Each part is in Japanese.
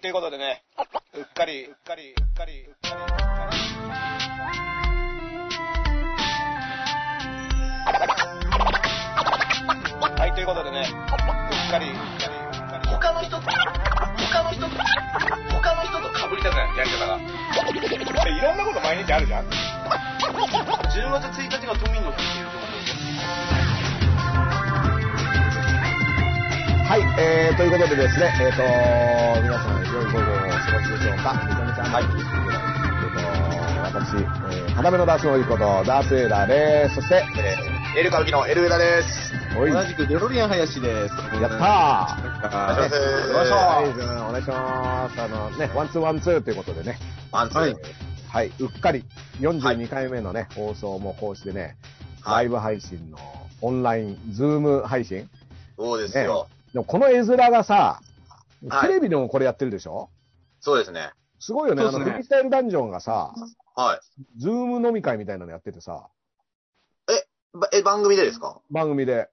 ということでね、うっかり、うっかり、うっかり、うっかり、うっかり。はい、ということでね、うっかり、うっかり、うっかり。他の人と、他の人と、他の人と被りたくない、やり方が。いろんなこと毎日あるじゃん。 10月1日が都民の日っていうところで。はい、えー、ということでですね、えっ、ー、と皆さん、良い午後をお過ごしでしょうか。めちゃめちゃはい。えっ、ー、と私、えー、花目のダースのりこと、ダースエーラーです。そして、エル歌舞伎のエルエラです。おい、や同っじくデロリアン林です。たーお願いします。はいじゃあお願いします。あのね、ワンツーワンツーということでね、ワンツーはいはい、うっかり、42回目のね、放送もこうしてね、ライブ配信のオンライン、ズーム配信。そうですよ。でもこの絵面がさ、はいテレビでもこれやってるでしょ、そうですね。すごいよね、そうっあすの、ねフリースタイルダンジョンがさ、はズーム飲み会みたいなのやっててさ、い。ばえ、番組でですか番組で。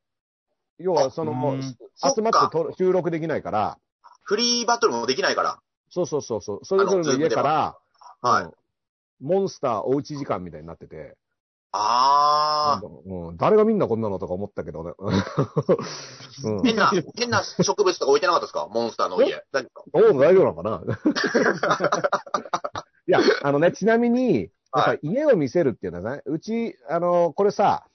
要は、そうの、ん集そっまってか。と収録できないから、フリーバトルもできないから。そうそうそう、そうそれぞれの家から、はい。うんモンスターおうち時間みたいになってて、あー。うん、誰がみんなこんなのとか思ったけどね。 うん、変な、変な植物とか置いてなかっ たですかモンスターの家。大丈夫どうも大丈夫なのかな いや、あのね、ちなみに、やっぱはり家を見せるっていうのはね、うち、あの、これさ、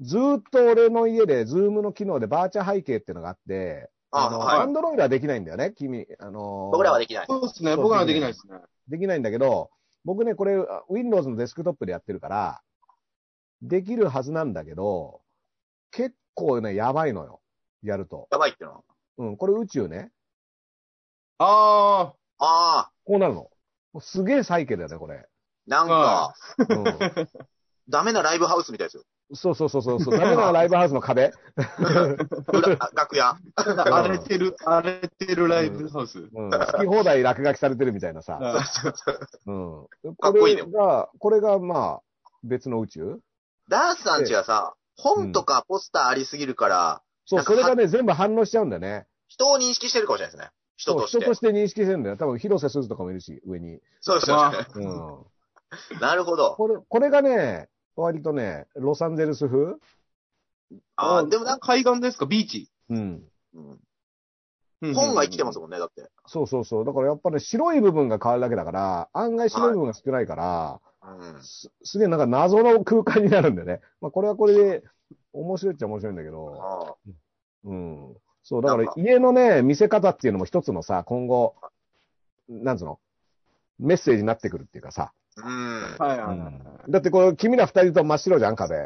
ずーっと俺の家で、ズームの機能でバーチャ背景っていうのがあって、あの、はいアンドロイドはできないんだよね、君、あの、僕らはできない。そうですね、僕らはできないですね。できないんだけど、僕ね、これ、あ Windows のデスクトップでやってるから、できるはずなんだけど、結構ね、やばいのよ。やると。やばいっていうのは。うん、これ宇宙ね。ああこうなるの。もうすげえサイケルだよね、これ。ー。なんはか、 うダメなライブハウスみたいですよ。ん。そうそうそうそうそう。ダメなライブハウスの壁。裏あ楽屋。 あ、ただ荒れてる、荒れてるライブハウス。うん。好き放題落書きされてるみたいなさ。あうん。かこっこいいれねが、これがまあ、別の宇宙ダースさんちはさ、本とかポスターありすぎるから、そう、なんそかれがね、全部反応しちゃうんだよね。人を認識してるかもしれないですね。人そうとして。人として認識してるんだよ。多分、広瀬すずとかもいるし、上に。そうですよね。うん。 なるほど。これ、これがね、割とね、ロサンゼルス風あーでもなんか、海岸ですかビーチ。うん。うんうんうん本が生きてますもんね、だって。そうそうそう。だからやっぱね、白い部分が変わるだけだから、案外白い部分が少ないから、うん。すすげえなんか謎の空間になるんだよね。まあこれはこれで、面白いっちゃ面白いんだけど、あーうん。そう、だかならんか家のね、見せ方っていうのも一つのさ、今後、なんつうのメッセージになってくるっていうかさ。うん。はいはういはいんだってこれ、君ら二人とも真っ白じゃん、壁。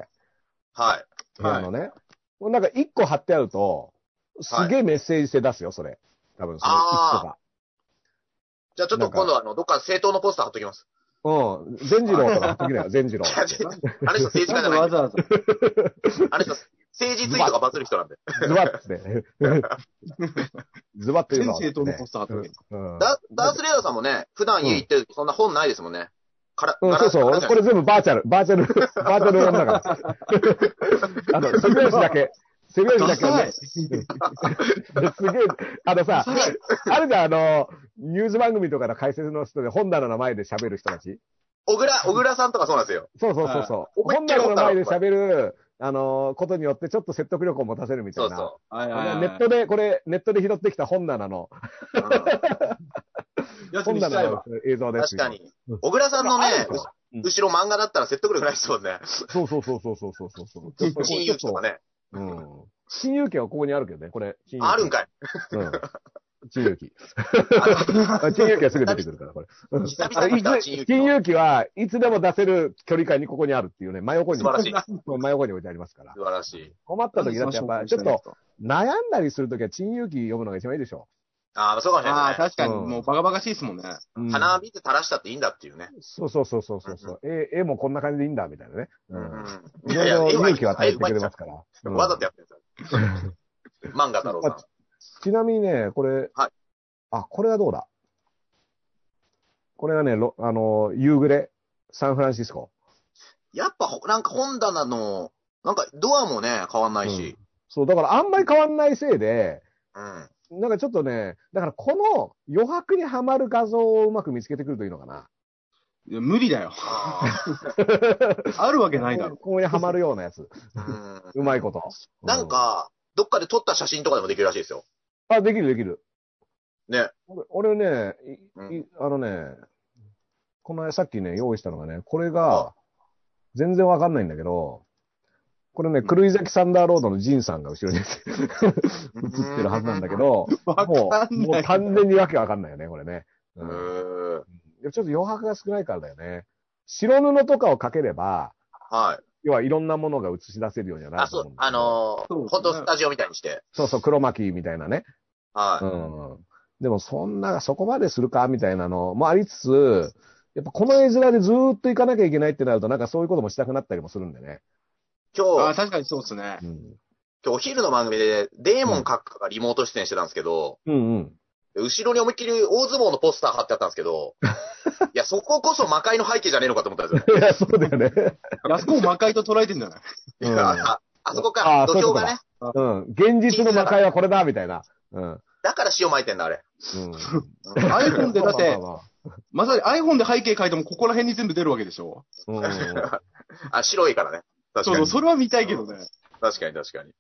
はい。部屋のね。もうなんか一個貼ってあると、すげえメッセージ性出すよ、それ。多分、その一個が。じゃあちょっと今度あの、どっか政党のポスター貼っときます。うん。善次郎とか貼っときなよ、善次郎。 あの人政治家じなゃんでないわんざで。わざ。 あの人、政治ツイートがバズる人なんで。ズバッつって。ズバッと言う全の。生徒のポスター貼ってうんダダースレーダーさんもね、普段家行ってるとそんな本ないですもんね。から、うん、ガそうラそう。ガラ俺じゃこないれ全部バーチャル、バー チャル、バーチャル版だから。あの、背拍子だけ。背拍子だけをね。すげえ、あのさ、あるじゃん、あの、ニュース番組とかの解説の人で本棚の前で喋る人たち。小倉、小倉さんとかそうなんですよ。そうそうそうそう。はい本棚の前で喋る、あの、ことによってちょっと説得力を持たせるみたそいうな。そはい俺はいははい。ネットで、これ、ネットで拾ってきた本棚の、う。うんやつ本にしちゃ棚えのば。映像です確よ。かに。小倉さんのね、うん後ろ漫画だったら説得力ないですもんね。そうそうそうそうそうそうそうそう。ちょっとこう親友とかね。うん。親友権はここにあるけどね、これ。親友権あるんかい。うん。金融機。あ金融機はすぐ出てくるから、これ。の久々に見た、親友金の。融機はいつでも出せる距離感にここにあるっていうね、真横に、素晴らしい。 真横に置いてありますから。素晴らしい。困った時だってやっぱ、ちょっと悩んだりする時は金融機読むのが一番いいでしょ。ああ、そうかもしれあなあ、いですね。確かに、もうバカバカしいですもんね。うん花水垂らしたっていいんだっていうね。そうそうそうそうそうそう。絵、絵もこんな感じでいいんだ、みたいなね。う。うんん。いろいろ勇気を与えてくれ絵うままいですから。すうんわざとやってるんですよ。漫画太郎さん。ちなみにね、これ、はいあ、これはどうだこれはね、ろあの、夕暮れ、サンフランシスコ。やっぱほ、なんか本棚の、なんかドアもね、変わんないし。そう、だからあんまり変わんないせいで、うん。なんかちょっとね、だからこの余白にはまる画像をうまく見つけてくるといいのかな。いや、無理だよ。あるわけないだろ。ここにはまるようなやつ。うんうまい こと。なんか、どっかで撮った写真とかでもできるらしいですよ。うん。あ、できるできる。ね。俺俺ね、うんいいあのね、この間さっきね、用意したのがね、これあが、全然わかんないんだけど、これね、狂い崎サンダーロードのジンさんが後ろに映ってるはずなんだけど、 わもかう、んもなうい。完全にわけわかんないよね、これね。ううんん。いやちょっと余白が少ないからだよね。白布とかをかければ、はい。要はいろんなものが映し出せるようにはなあ、るとそ思ううん、だけどあのそうですねー、本当スタジオみたいにして。そうそう、黒巻きみたいなね。うはん。でもそんな、そこまでするかみたいなのもありつつ、やっぱこの絵面でずーっと行かなきゃいけないってなると、なんかそういうこともしたくなったりもするんでね。い。今あ、日、確かにそうですねう。ん。今日お昼の番組で、デーモン閣下がリモート出演してたんですけど、うんうん。後ろに思いっきり大相撲のポスター貼ってあったんです けど、いや、そここそ魔界の背景じゃねえのかと思ったんですよいや、そうだよね。安子を魔界と捉えてんじゃないうんいやああそこあか、そうい土うこ俵とがだね。うん。現実の魔界はこれだみたいな。うん。うん。だから塩撒いてんだ、あれ。 iPhone でだってま、あまさに iPhone で背景描いてもここら辺に全部出るわけでしょまあまあうんあ、白いからね。確そうそかう、に。それは見たいけどね。確かに、確かに。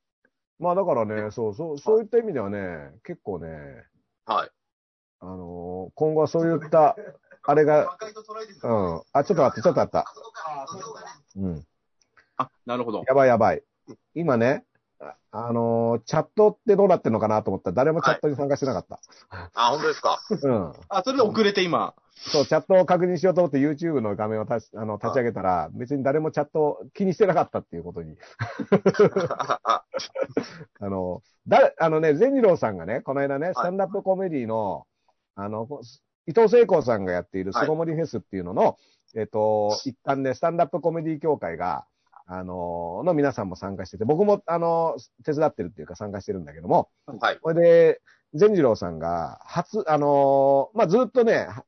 まあだからね、そうそう、そういった意味ではね、結構ね、はい。あのー今後はそういった、あれが、うん。あ、ちょっと待って、ちょっと待った。うん。あ、なるほど。やばいやばい。今ね、ああのーチャットってどうなってんのかなと思ったら、誰もチャットに参加してなかった。あ、本当ですか。 うん。あ、それで遅れて今。 そう、チャットを確認しようと思って YouTube の画面をたしあの立ち上げたら、別に誰もチャットを気にしてなかったっていうことに。あの、だ、あのね、善次郎さんがね、この間ね、スタンダップコメディの、あの、こ伊藤聖光さんがやっているはい巣ごもりフェスっていうのの、えっと、一旦ね、スタンダップコメディ協会が、あの、の皆さんも参加してて、僕も、あの、手伝ってるっていうか参加してるんだけども、はい。これで、善次郎さんが、初、あのまあ、ずっとね、は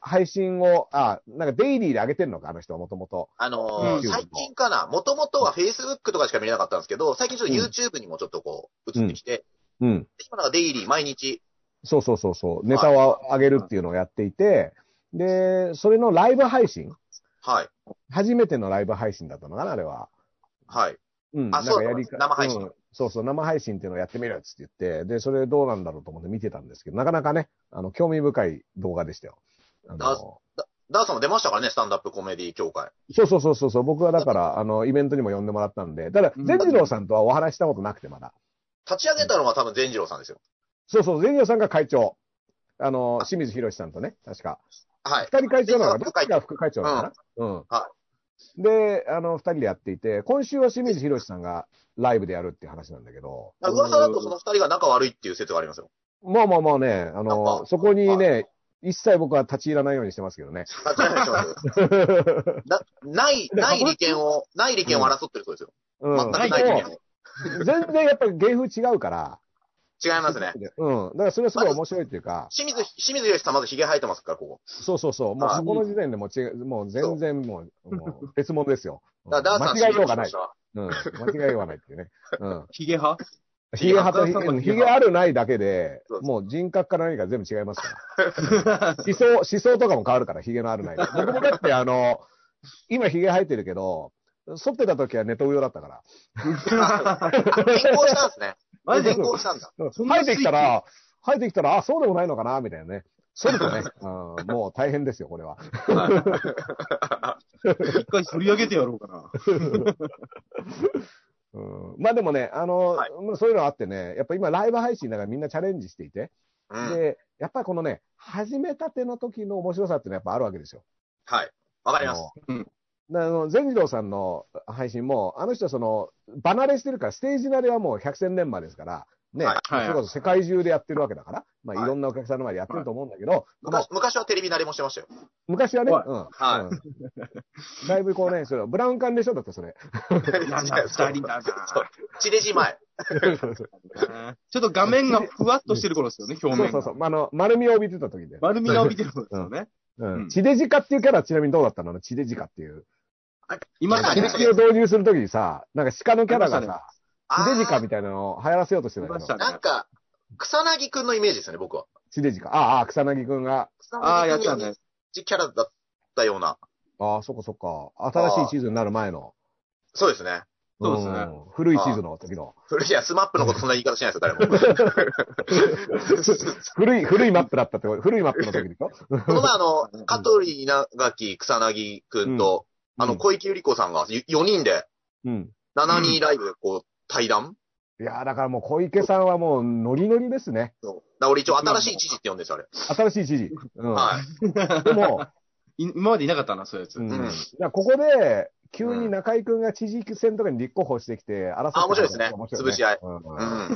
配信を、あ、なんかデイリーで上げてんのか、あの人はもともと。あのーうん最近かな、もともとは Facebook とかしか見れなかったんですけど、最近ちょっと YouTube にもちょっとこう、映ってきて、うん。で今なんかデイリー毎日、そうそうそうそう、ネタを上げるっていうのをやっていて、で、それのライブ配信はい。初めてのライブ配信だったのかな、あれは。はい。うん。あなんそうかだやりか生配信うんそうそう、生配信っていうのをやってみるっつって言って、で、それどうなんだろうと思って見てたんですけど、なかなかね、あの、興味深い動画でしたよ。あのあダーさんも出ましたからね、スタンダップコメディ協会。そうそうそうそうそう、僕はだから、あの、イベントにも呼んでもらったんで、ただ、うん善次郎さんとはお話ししたことなくて、まだ。立ち上げたのは多分善次郎さんですよ。そうそう、善次郎さんが会長。あの、清水博さんとね、確か。はい。二人会長なのか、でどっちが副会長なのかな。うん。はで、あの、二人でやっていて、今週は清水博さんがライブでやるっていう話なんだけど、噂だとその二人が仲悪いっていう説がありますよ。まあまあまあね、あなんの、かそこにはね、一切僕は立ち入らないようにしてますけどね。立ち上げてま すなない、ない利権を、ない利権を争ってるそうですよ。うん、全くないない利権を。全然やっぱり芸風違うから。違いますね。うん。だからそれはすごい面白いっていうか、清水、清水義さんまず髭生えてますから、ここ。そうそうそう。もうまあそこの時点でもう違う、もう全然もう、もう別物ですよ。うんだからダーさん間違いようがない。清うん。間違いようがないっていうね。うん。ヒゲ派 ひげはた、ダーさんはひげあるないだけでそう、もう人格から何か全部違いますから。思想、思想とかも変わるから、ヒゲのあるないで。僕もだって、あの、今ヒゲ生えてるけど、剃ってた時はネトウヨだったから。水義さんは変更したんで すね。マジで変更したんだ。うんそんな生えてきたら、生えてきたら、あ、そうでもないのかな、みたいなね。剃るとね、うんもう大変ですよ、これは。一回取り上げてやろうかな。うん、まあでもね、あの、はいまあそういうのあってね、やっぱ今ライブ配信だからみんなチャレンジしていて、うん。で、やっぱりこのね、始めたての時の面白さっていうのはやっぱあるわけですよ。はい。わかります。あうんの、あの善次郎さんの配信も、あの人はその、離れしてるから、ステージ慣れはもう百戦錬磨ですから、ね、はいはいそれこそ世界中でやってるわけだから、まあ、はいいろんなお客さんの前でやってると思うんだけど、まあ昔昔はテレビ慣れもしてましたよ。昔はね、はいうん。はいうんだいぶこうね、それブラウン管でしょだって それ。嫌な二人 だそう地デジ前。な。ちょっと画面がふわっとしてる頃ですよね、表そう面そうそがう。。まあ、あの、丸みを帯びてた時で。丸みが帯びてる頃ですよね。う。うんん地デジカっていうキャラちなみにどうだったのあの地デジカっていう。今はさい地デジを導入するときにさ、なんか鹿のキャラがありまさ、地デジカみたいなのを流行らせようとしてたいけまどし、たねなんか、草薙くんのイメージですよね、僕は。秀治か。ああ、草薙くんが。草ああ、や薙っくんたがね。同じキャラだったような。ああ、そっかそっか。新しいシーズンになる前の。そうですね。そうですねん。古いシーズンの時の。それじゃスマップのことそんな言い方しないですよ、 誰も。古い、古いマップだったってこと。古いマップの時でしょこの前、あの、香取稲垣、草薙くんと、あの、小池百合子さんが4人で、うん。 7人ライブでこう、対談いやーだからもう小池さんはもうノリノリですね。そうだから俺一応新しい知事って呼んでるんですよ、あれ。新しい知事。うん。はい。でも、 い今までいなかったな、そういうやつ。うん。んだからここで、急に中井くんが知事選とかに立候補してきて、争って あ面白いですね面白潰し合い。うんうん。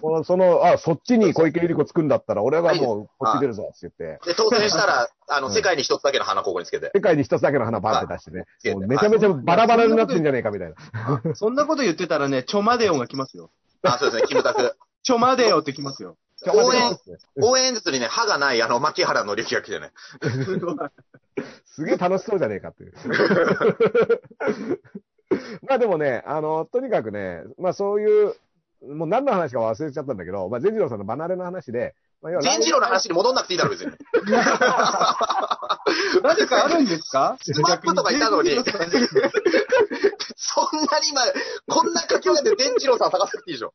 このその、あ、そっちに小池百合子つくんだったら、俺はもう、こっち出るぞ、って言って。で、当選した ら、あの、うん世界に一つだけの花ここにつけて。世界に一つだけの花バーって出してね。はいもうめちゃめちゃバラバラになってんじゃねえかみたいな。そんなこと言ってたらね、ちょまでよが来ますよ。あ、そうですね、キムタク。ちょまでよって来ますよ。応援、応援演説にね、歯がない、あの、牧原の之が来てね。すげえ楽しそうじゃねえかっていう。 まあでもね、あの、とにかくね、まあそういう、もう何の話か忘れちゃったんだけど、まあ善次郎さんの離れの話で、まあ、要は善次郎の話に戻んなくていいだろ、別に。なぜかあるんですかスマップとかいた のに、そんなに今、こんな書き上で伝次郎さん探せていいでしょ。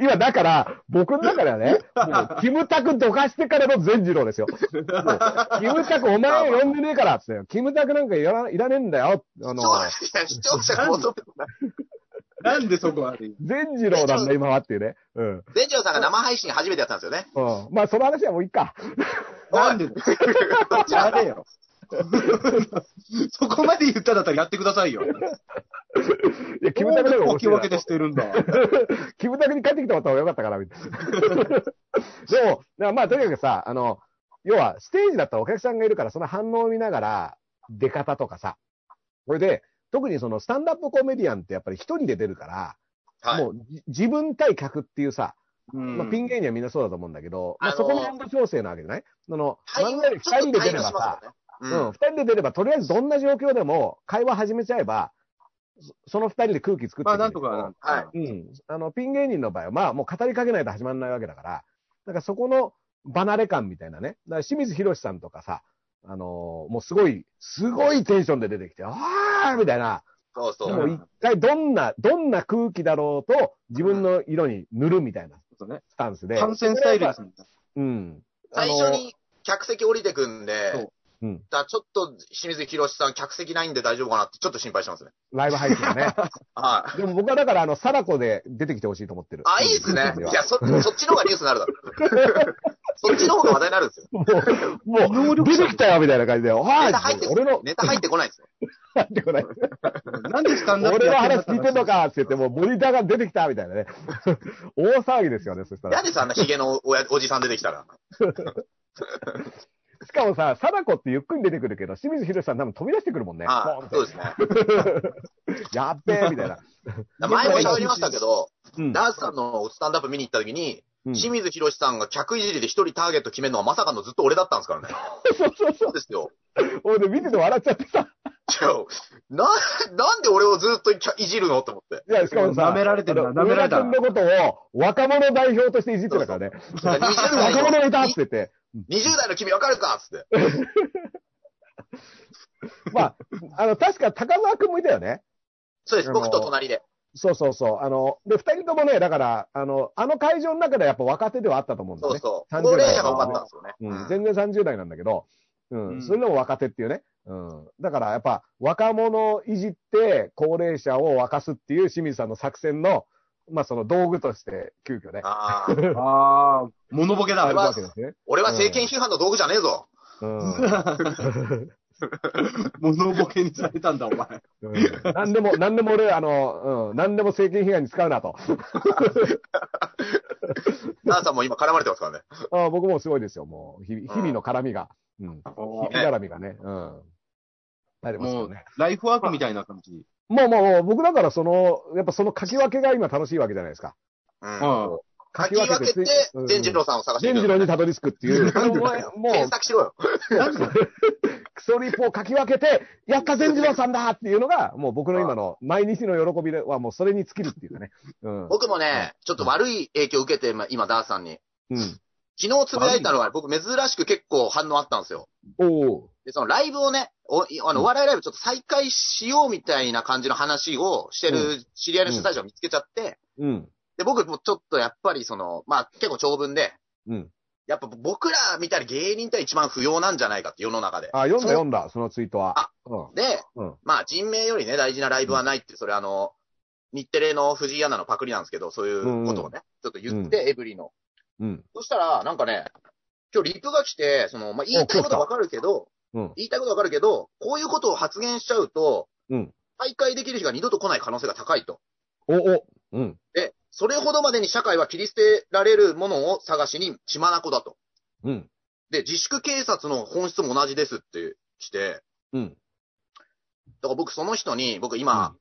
今だから、僕の中で はね、もうキムタクどかしてからの善次郎ですよ。もうキムタクお前呼んでねえからっつって、キムタクなんかいらいらねえんだよ。あの、そうなんですよ視聴者が求めてない。なんでそこある善次郎なんだ今はっていうね。うん。伝次郎さんが生配信初めてやったんですよね。うん。まあその話はもういいか。なんでちょまでよ。 そこまで言ったんだったらやってくださ いよ。いや、キムタクの方が面き白分いけな。でしてるんだ。キムタクに帰ってきてもらった方がよかったから、みたいな。 でも、だからまあとにかくさ、あの、要はステージだったらお客さんがいるから、その反応を見ながら、出方とかさ。これで、特にそのスタンダップコメディアンってやっぱり一人で出るから、はい。もうじ自分対客っていうさ、うんまあ、ピン芸人はみんなそうだと思うんだけど、まあ、あのーそこの温度調整なわけじゃないその、タイ漫ム才で2人で出ればちょっさと、タイムうん、しますよね2人で出れば、とりあえずどんな状況でも会話始めちゃえば、そその2人で空気作ってまあくれなんるとかはなんとか。はいうん。あの、ピン芸人の場合は、まあ、もう語りかけないと始まらないわけだから、なんかそこの離れ感みたいなね。だから清水博さんとかさ、あのーもうすごい、すごいテンションで出てきて、あーみたいな、うん。そうでそもう。う一回どんな、どんな空気だろうと、自分の色に塗るみたいなそうね。スタンスで。感染スタイルですもんねうん。最初に客席降りてくんでそう、うんだからちょっと清水博さん、客席ないんで大丈夫かなって、ちょっと心配してますね。ライブ配信 ね。はい。でも僕はだから、あの、貞子で出てきてほしいと思ってる。あ、いいですね。い や、そ、そっちの方がニュースになるだろ。そっちの方が話題になるんですよ。もう、もう、出てきたよみたいな感じで、おネはタ入ってー俺の、ネタ入ってこないんですよ。入ってこない。なんでスタンダップ俺のや話って聞いてんのかって言って、もうモニターが出てきたみたい なね。大騒ぎですよね、そした嫌ら。です、あんなヒゲのおやおじさん出てきたら。しかもさ、貞子ってゆっくり出てくるけど、清水博さん多分飛び出してくるもんね。あポンってそうですね。やっべえみたいな。前も喋りましたけど、うんダースさんのスタンダップ見に行った時に、うん清水博さんが客いじりで一人ターゲット決めるのはまさかのずっと俺だったんですからね。そうそう そそうですよ。う。俺見てて笑っちゃってさ。じゃあな、なんで俺をずっときゃいじるのと 思って。いや、しかもさ、舐められてるなあの舐められた上田君のことを若者代表としていじってたからね。 20代若の者がいたって言って。 20代の君わかるかっつって。まあ、あの、確か高沢君もいたよね。そうであす、の僕と隣で。そうそうそう。あの、で、二人ともね、だから、あの、あの会場の中ではやっぱ若手ではあったと思うんだそようね。そう。 30高齢者が多かったんですよね。うん、全然30代なんだけど、うん、うんそれでも若手っていうね。うん。だからやっぱ若者をいじって高齢者を沸かすっていう清水さんの作戦の、まあその道具として急遽ね、ああ。ああ、物ボケだ、ああれるわはけ。ですね。俺は政権批判の道具じゃねえぞ。うん。 物ボケにされたんだ、お前。うん、何でも、何でも俺、あの、うん、何でも政権批判に使うなと。ダーさんも今絡まれてますからね。あ僕もすごいですよ、もう。日々日々の絡みが。うん。も日 々絡みがね。うん。ありますようね。、ライフワークみたいな感じ。もうもうもう、僕だからその、やっぱその書き分けが今楽しいわけじゃないですか。うん。うん。書き分けて、善次郎さんを探して善み次る。郎にたどり着くって いう。お前も検う、索しろよ。クソリップを書き分けて、やった善次郎さんだっていうのが、もう僕の今の毎日の喜びではもうそれに尽きるっていうかね。うん。僕もね、ちょっと悪い影響を受けて、今、ダースさんに。うん。昨日つぶやいたのが、僕珍しく結構反応あったんですよ。おお。で、そのライブをね、おいあの、お笑いライブちょっと再開しようみたいな感じの話をしてる知り合いの主催者を見つけちゃって、うん。で、僕もちょっとやっぱりその、まあ結構長文で、うん。やっぱ僕らみたいな芸人って一番不要なんじゃないかって世の中で。あ、読んだそう読んだ、そのツイートはあ。うん。で、うんまあ人命よりね、大事なライブはないって、それあの、日テレの藤井アナのパクリなんですけど、そういうことをね、ちょっと言って、エブリの。うん。そしたら、なんかね、今日リプが来て、その、まあ、言いたいことはわかるけど、うん言いたいことはわかるけど、こういうことを発言しちゃうと、うん大会できる日が二度と来ない可能性が高いと。お、お、うん。で、それほどまでに社会は切り捨てられるものを探しに血眼だと。うん。で、自粛警察の本質も同じですってして、うん。だから僕その人に、僕今、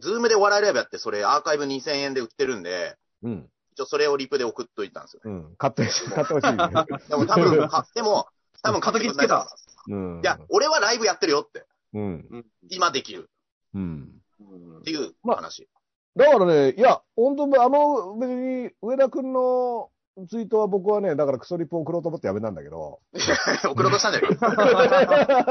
ズームでお笑いライブやって、それアーカイブ2000円で売ってるんで、うん。一応それをリプで送っといたんですよ。うん。買って、買ってほしいね。 でも多 分買っても、多分買ってくれないと思いますうん。いや、俺はライブやってるよって。うん。今できるうん。っていう話。 だからね、いや、本当あの、別に、上田君のツイートは僕はね、だからクソリップ送ろうと思ってやめたんだけど。送ろうとしたん だよ。で、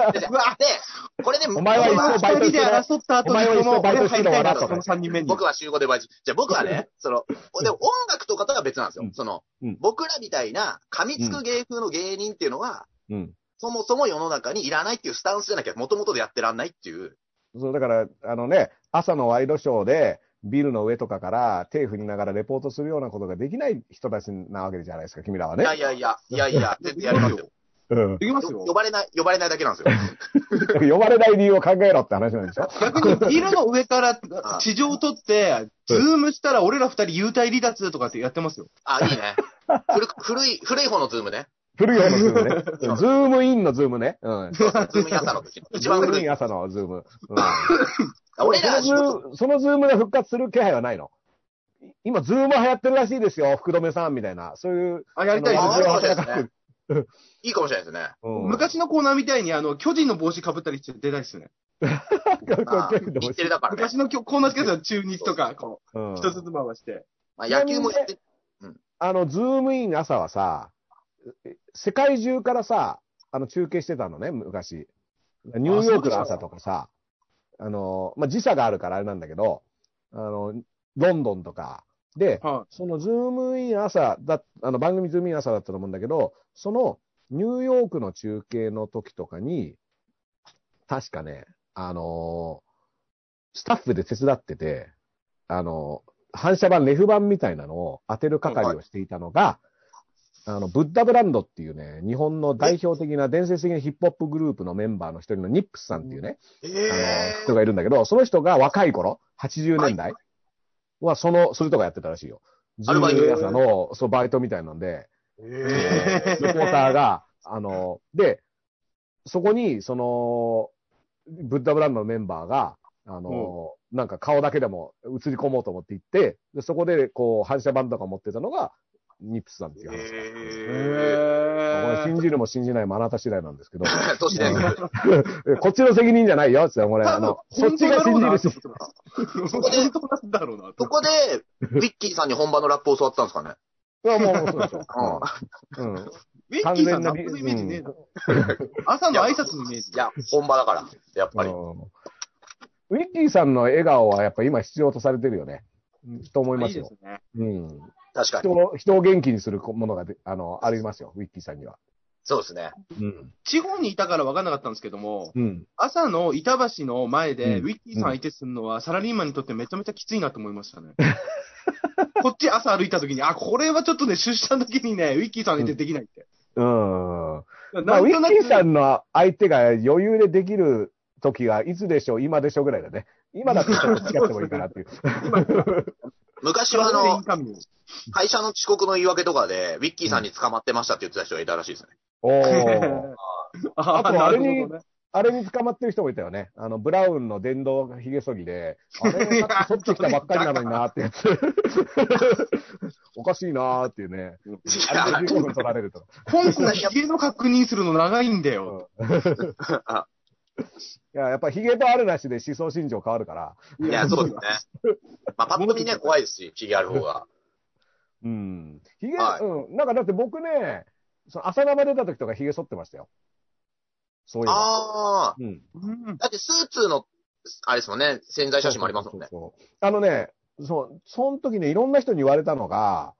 これで、お前は一生バイト一人してでな争った後お前は一で緒もバイトしてる俺入りたのいな笑うその3人目に。僕は集合でバイト。じゃあ僕はね、その、でも音楽とかとは別なんですよ。うんその、うん僕らみたいな噛みつく芸風の芸人っていうのは、うん。そもそも世の中にいらないっていうスタンスじゃなきゃ、もともとでやってらんないっていう。そう、だから、あのね、朝のワイドショーで、ビルの上とかから手振りながらレポートするようなことができない人たちなわけじゃないですか、君らはいやね。いやいや、いやいや、全然やりますよ。うん。できますよよ呼。ばれない、呼ばれないだけなんですよ。呼ばれない理由を考えろって話なんでしょ逆に、ビルの上からあ地上を取って、ズームしたら俺ら二人幽体離脱とかってやってますよ。あ、いいね。古く古い、古い方のズームね。古い方のズーム ね。ズームインのズームね。うん。そうそうズームに朝の時の。一番古ズームイいン。朝のズーム。うん 俺そらのはズ仕事ーム、そのズームが復活する気配はないのい今、ズーム流行ってるらしいですよ、福留さんみたいな。そういう。あ、やりたいあであするよかもしれないですね。いいかもしれないですね。うん 昔のコーナーみたいに、あの、巨人の帽子被ったりして出たりですよね。まあ、日テレだからね昔。のきょコーナーつけたら中日とか、こうんう、一つずつ回して。まあ、野球もやって、あの、ズームイン朝はさ、世界中からさ、あの、中継してたのね、昔。ニューヨークの朝とかさ、あの、まあ、時差があるからあれなんだけど、あの、ロンドンとか。で、はそのズームイン朝だ、あの、番組ズームイン朝だったと思うんだけど、その、ニューヨークの中継の時とかに、確かね、あのスタッフで手伝ってて、あの反射板、レフ板みたいなのを当てる係をしていたのが、あの、ブッダブランドっていうね、日本の代表的な伝説的なヒップホップグループのメンバーの一人のニップスさんっていうね、あの人がいるんだけど、その人が若い頃、80年代は、その、それとかやってたらしいよ。ズアルーバイトム朝の、そう、バイトみたいなんで、えレポーターが、あの、で、そこに、その、ブッダブランドのメンバーが、あの、なんか顔だけでも映り込もうと思って行って、でそこで、こう、反射板とか持ってたのが、ニップスさんっていう話なんですよ。これ信じるも信じないもあなた次第なんですけど、都市伝説。えこっちの責任じゃないよ、つって、これ、あの、そっちが信じるし、そこで本当なんだろうなとそこで、ウィッキーさんに本場のラップを教わったんですかね。いやもう、そうでしょ。うん。うんウィッ完キーさ全ん、なラ理ップのイメージねえな。朝の挨拶のイメージ。いや、本場だから、やっぱり。うんウィッキーさんの笑顔はやっぱ今必要とされてるよね。と思いまいいすでよす。ね。うん。確か人に。を、人を元気にするものがで、あの、ありますよ、ウィッキーさんには。そうですね。うん。地方にいたから分かんなかったんですけども、うん。朝の板橋の前で、うんウィッキーさん相手するのは、サラリーマンにとってめちゃめちゃきついなと思いましたね。こっち朝歩いた時に、あ、これはちょっとね、出社の時にね、ウィッキーさん相手できないって。うん。まなあ、んウィとッなキーさく、んの相手が余裕でできる時がいつでしょう、今でしょうぐらいだね。今だとちょっと付き合ってもいいかな っていう。昔はああのの、、会社の遅刻の言い訳とかで、ウィッキーさんに捕まってましたって言ってた人がいたらしいですね。おー。あああ、となあれるにほどね。あれに捕まってる人もいたよね。あの、ブラウンの電動ひげ剃ぎ で、あれ、さっき剃ってきたばっかりなのになーってやつ。 おかしいなーっていうね。あれで15分取られると。本国ヒゲの確認するの長いんだよ。いや、やっぱヒゲとあるなしで思想信条変わるから。いや、そうですね。まあ、パッと見ね、怖いですし、気がある方が。うん。ひげ、はいうん。なんかだって僕ね、その朝生出た時とかひげ剃ってましたよ。そういうの。ああ。うん。うん。だってスーツの、あれですもんね、潜在写真もありますもんね。そうそうそうあのね、そう、その時ね、いろんな人に言われたのが、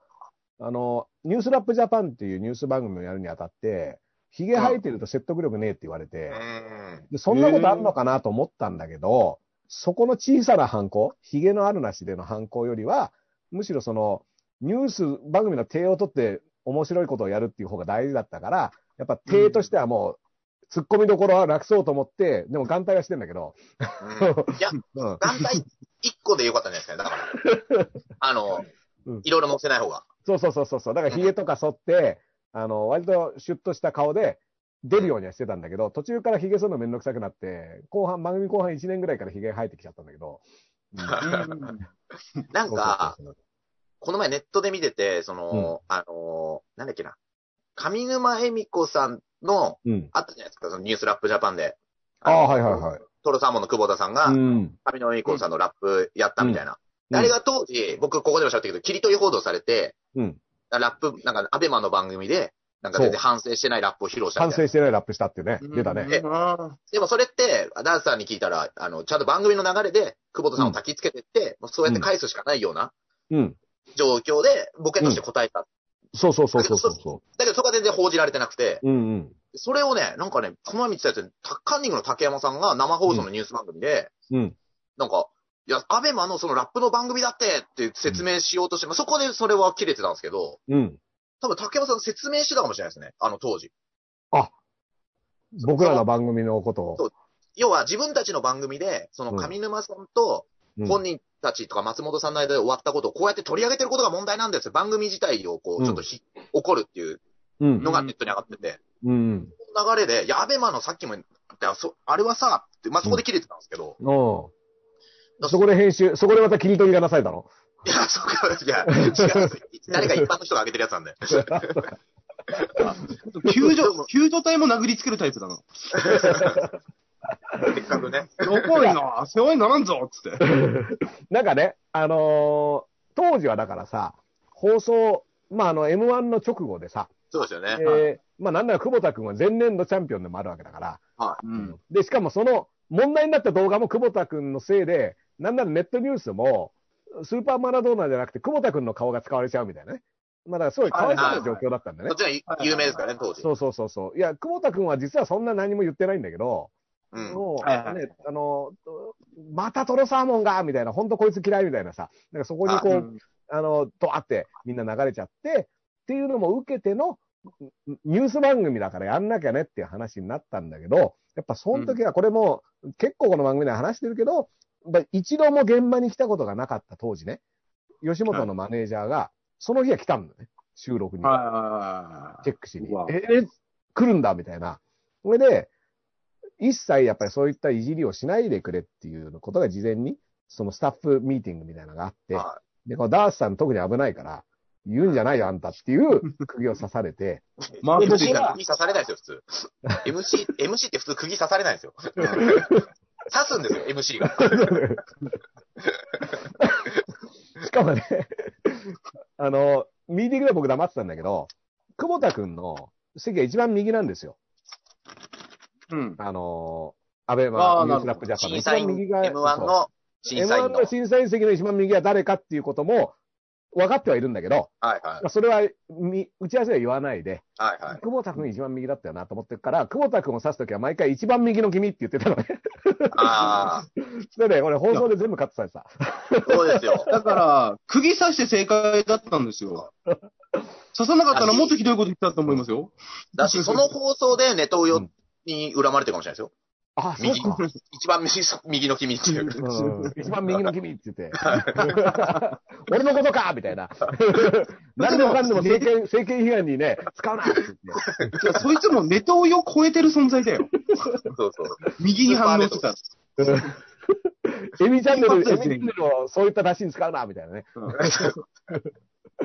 あの、ニュースラップジャパンっていうニュース番組をやるにあたって、ヒゲ生えてると説得力ねえって言われて、うん。でそんなことあるのかなと思ったんだけど、そこの小さな犯行、ヒゲのあるなしでの犯行よりは、むしろその、ニュース番組の手を取って面白いことをやるっていう方が大事だったから、やっぱ手としてはもう、突っ込みどころはなくそうと思って、でも眼帯はしてんだけど、うんい や、うん、団体一個でよかったんじゃないですかね、だから。 あのうん、いろいろ載せない方が。そうそうそうそうそう。だからヒゲとか剃って、あの、割とシュッとした顔で出るようにはしてたんだけど、途中からヒゲ剃るのめんどくさくなって、後半、番組後半1年ぐらいからヒゲ生えてきちゃったんだけど。なんか、そうそうそうこの前ネットで見てて、その、あのー、なんだっけな、上沼恵美子さんの、そううん。あったじゃないですか、そのニュースラップジャパンで。ああ、のはいはいはい。トロサーモンの久保田さんが、うん。上沼恵美子さんのラップやったみたいな。うんあれが当時、僕ここでも喋ったけど、切り取り報道されて、うん。ラップ、なんかアベマの番組で、なんか全然反省してないラップを披露したみ完成たいな。してないラップしたっていうね。出たね。うんあでもそれって、ダンスさんに聞いたら、あの、ちゃんと番組の流れで、久保田さんを焚きつけてって、もうそうやって返すしかないようなうん。状況で、ボケとして答えた。そうそうそうそうそうそだけどそこは全然報じられてなくて、う。うんうん。それをね、なんかね、この前見てたやつ、タカンニングの竹山さんが生放送のニュース番組で、うん。なんか、いや、アベマのそのラップの番組だってって説明しようとして、まあ、そこでそれは切れてたんですけど、うん。多分竹山さん説明してたかもしれないですね、あの当時。僕らの番組のことをそ。要は自分たちの番組で、その上沼さんとうん本人たちとか松本さんの間で終わったことをこうやって取り上げてることが問題なんですよ。番組自体をこうんう、ちょっとひ、怒るっていううんのがネットに上がってて、うん。その流れで、いや、アベマのさっきも言った、そあれはさ、ってまあ、そこで切れてたんですけど、うん。そこで編集、そこでまた切り取りがなされたのいや、そうか、いや、違うんですよ誰か一般の人が上げてるやつなんで。ー救助、救助隊も殴りつけるタイプだな。せっかくね。ど こいな、世話にならんぞつって。なんかね、あのー当時はだからさ、放送、まあ、あの、M1 の直後でさ、そうですよね。えーまあ、なんなら久保田君は前年度チャンピオンでもあるわけだから、うん。で、しかもその問題になった動画も久保田君のせいで、なんならネットニュースも、スーパーマラドーナじゃなくて久保田君の顔が使われちゃうみたいなね。まあ、だからすごいかわいそうな状況だったんだねそっ。ちが有名ですからね、当時。そうそうそうそう。いや、久保田君は実はそんな何も言ってないんだけど、うん。もう、はいはいね、あの、またトロサーモンがみたいな、ほんとこいつ嫌いみたいなさ、なんかそこにこう、あの、ドアってみんな流れちゃって、っていうのも受けての、んニュース番組だからやんなきゃねっていう話になったんだけど、やっぱその時はこれも、結構この番組で話してるけど、やっぱ一度も現場に来たことがなかった当時ね、吉本のマネージャーが、その日は来たんだね、収録に。はいはいはいチェックしにうわ。え、え来るんだみたいな。それで、一切やっぱりそういったいじりをしないでくれっていうことが事前に、そのスタッフミーティングみたいなのがあって、はで、このダースさん特に危ないから、言うんじゃないよ、あんたっていう 釘を刺されて、マーい。ク MC 的がな。釘刺されないですよ、普通。MC、MC って普通釘刺されないで すよ。刺すんですよ、MC が。しかもね、 あの、ミーティングで僕黙ってたんだけど、久保田くんの席が一番右なんですよ。うん。あの、アベあマーニュースラップジャパンの審一査番員、右が M1 の審査 M1 員の。はのい審査員席の一番右は誰かっていうことも分かってはいるんだけど、はい。まあそれはみ打ち合わせは言わないで、はいはい。久保田君一番右だったよなと思ってるから、久保田君を指すときは毎回一番右の君って言ってたのね。 あそれで、俺放送で全部カットされてた。あ、そうですよ。だから、釘刺して正解だったんですよ。刺さなかったらもっとひどいこと言ってたと思いますよ。だし、その放送でネトウヨに恨まれてるかもしれないですよ。あ、そう右か。一番右右の君っていう。 うん一番右の君って言って。俺のことかみたい な。何でもかんでも政権、政権批判にね、使うなって言っいて。やそいつもネトウヨを超えてる存在だよ。そうそう。右に反応してたら。 エミチャンネル、一エミチ発ャでンネルをそういったらしいに使うな、みたいなね。い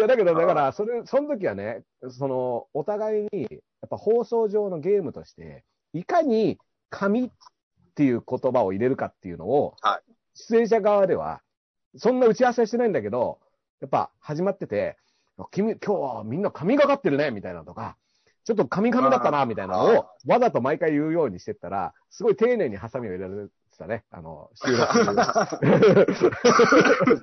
や、だけど、だから、それ、その時はね、その、お互いに、やっぱ放送上のゲームとして、いかに紙っていう言葉を入れるかっていうのを、は出演者側では、そんな打ち合わせはしてないんだけど、やっぱ始まってて、君、今日はみんな神がかってるね、みたいなとか、ちょっと神々だったな、みたいなのを、わざと毎回言うようにしてったら、すごい丁寧にハサミを入れられてたね。あの、収録中。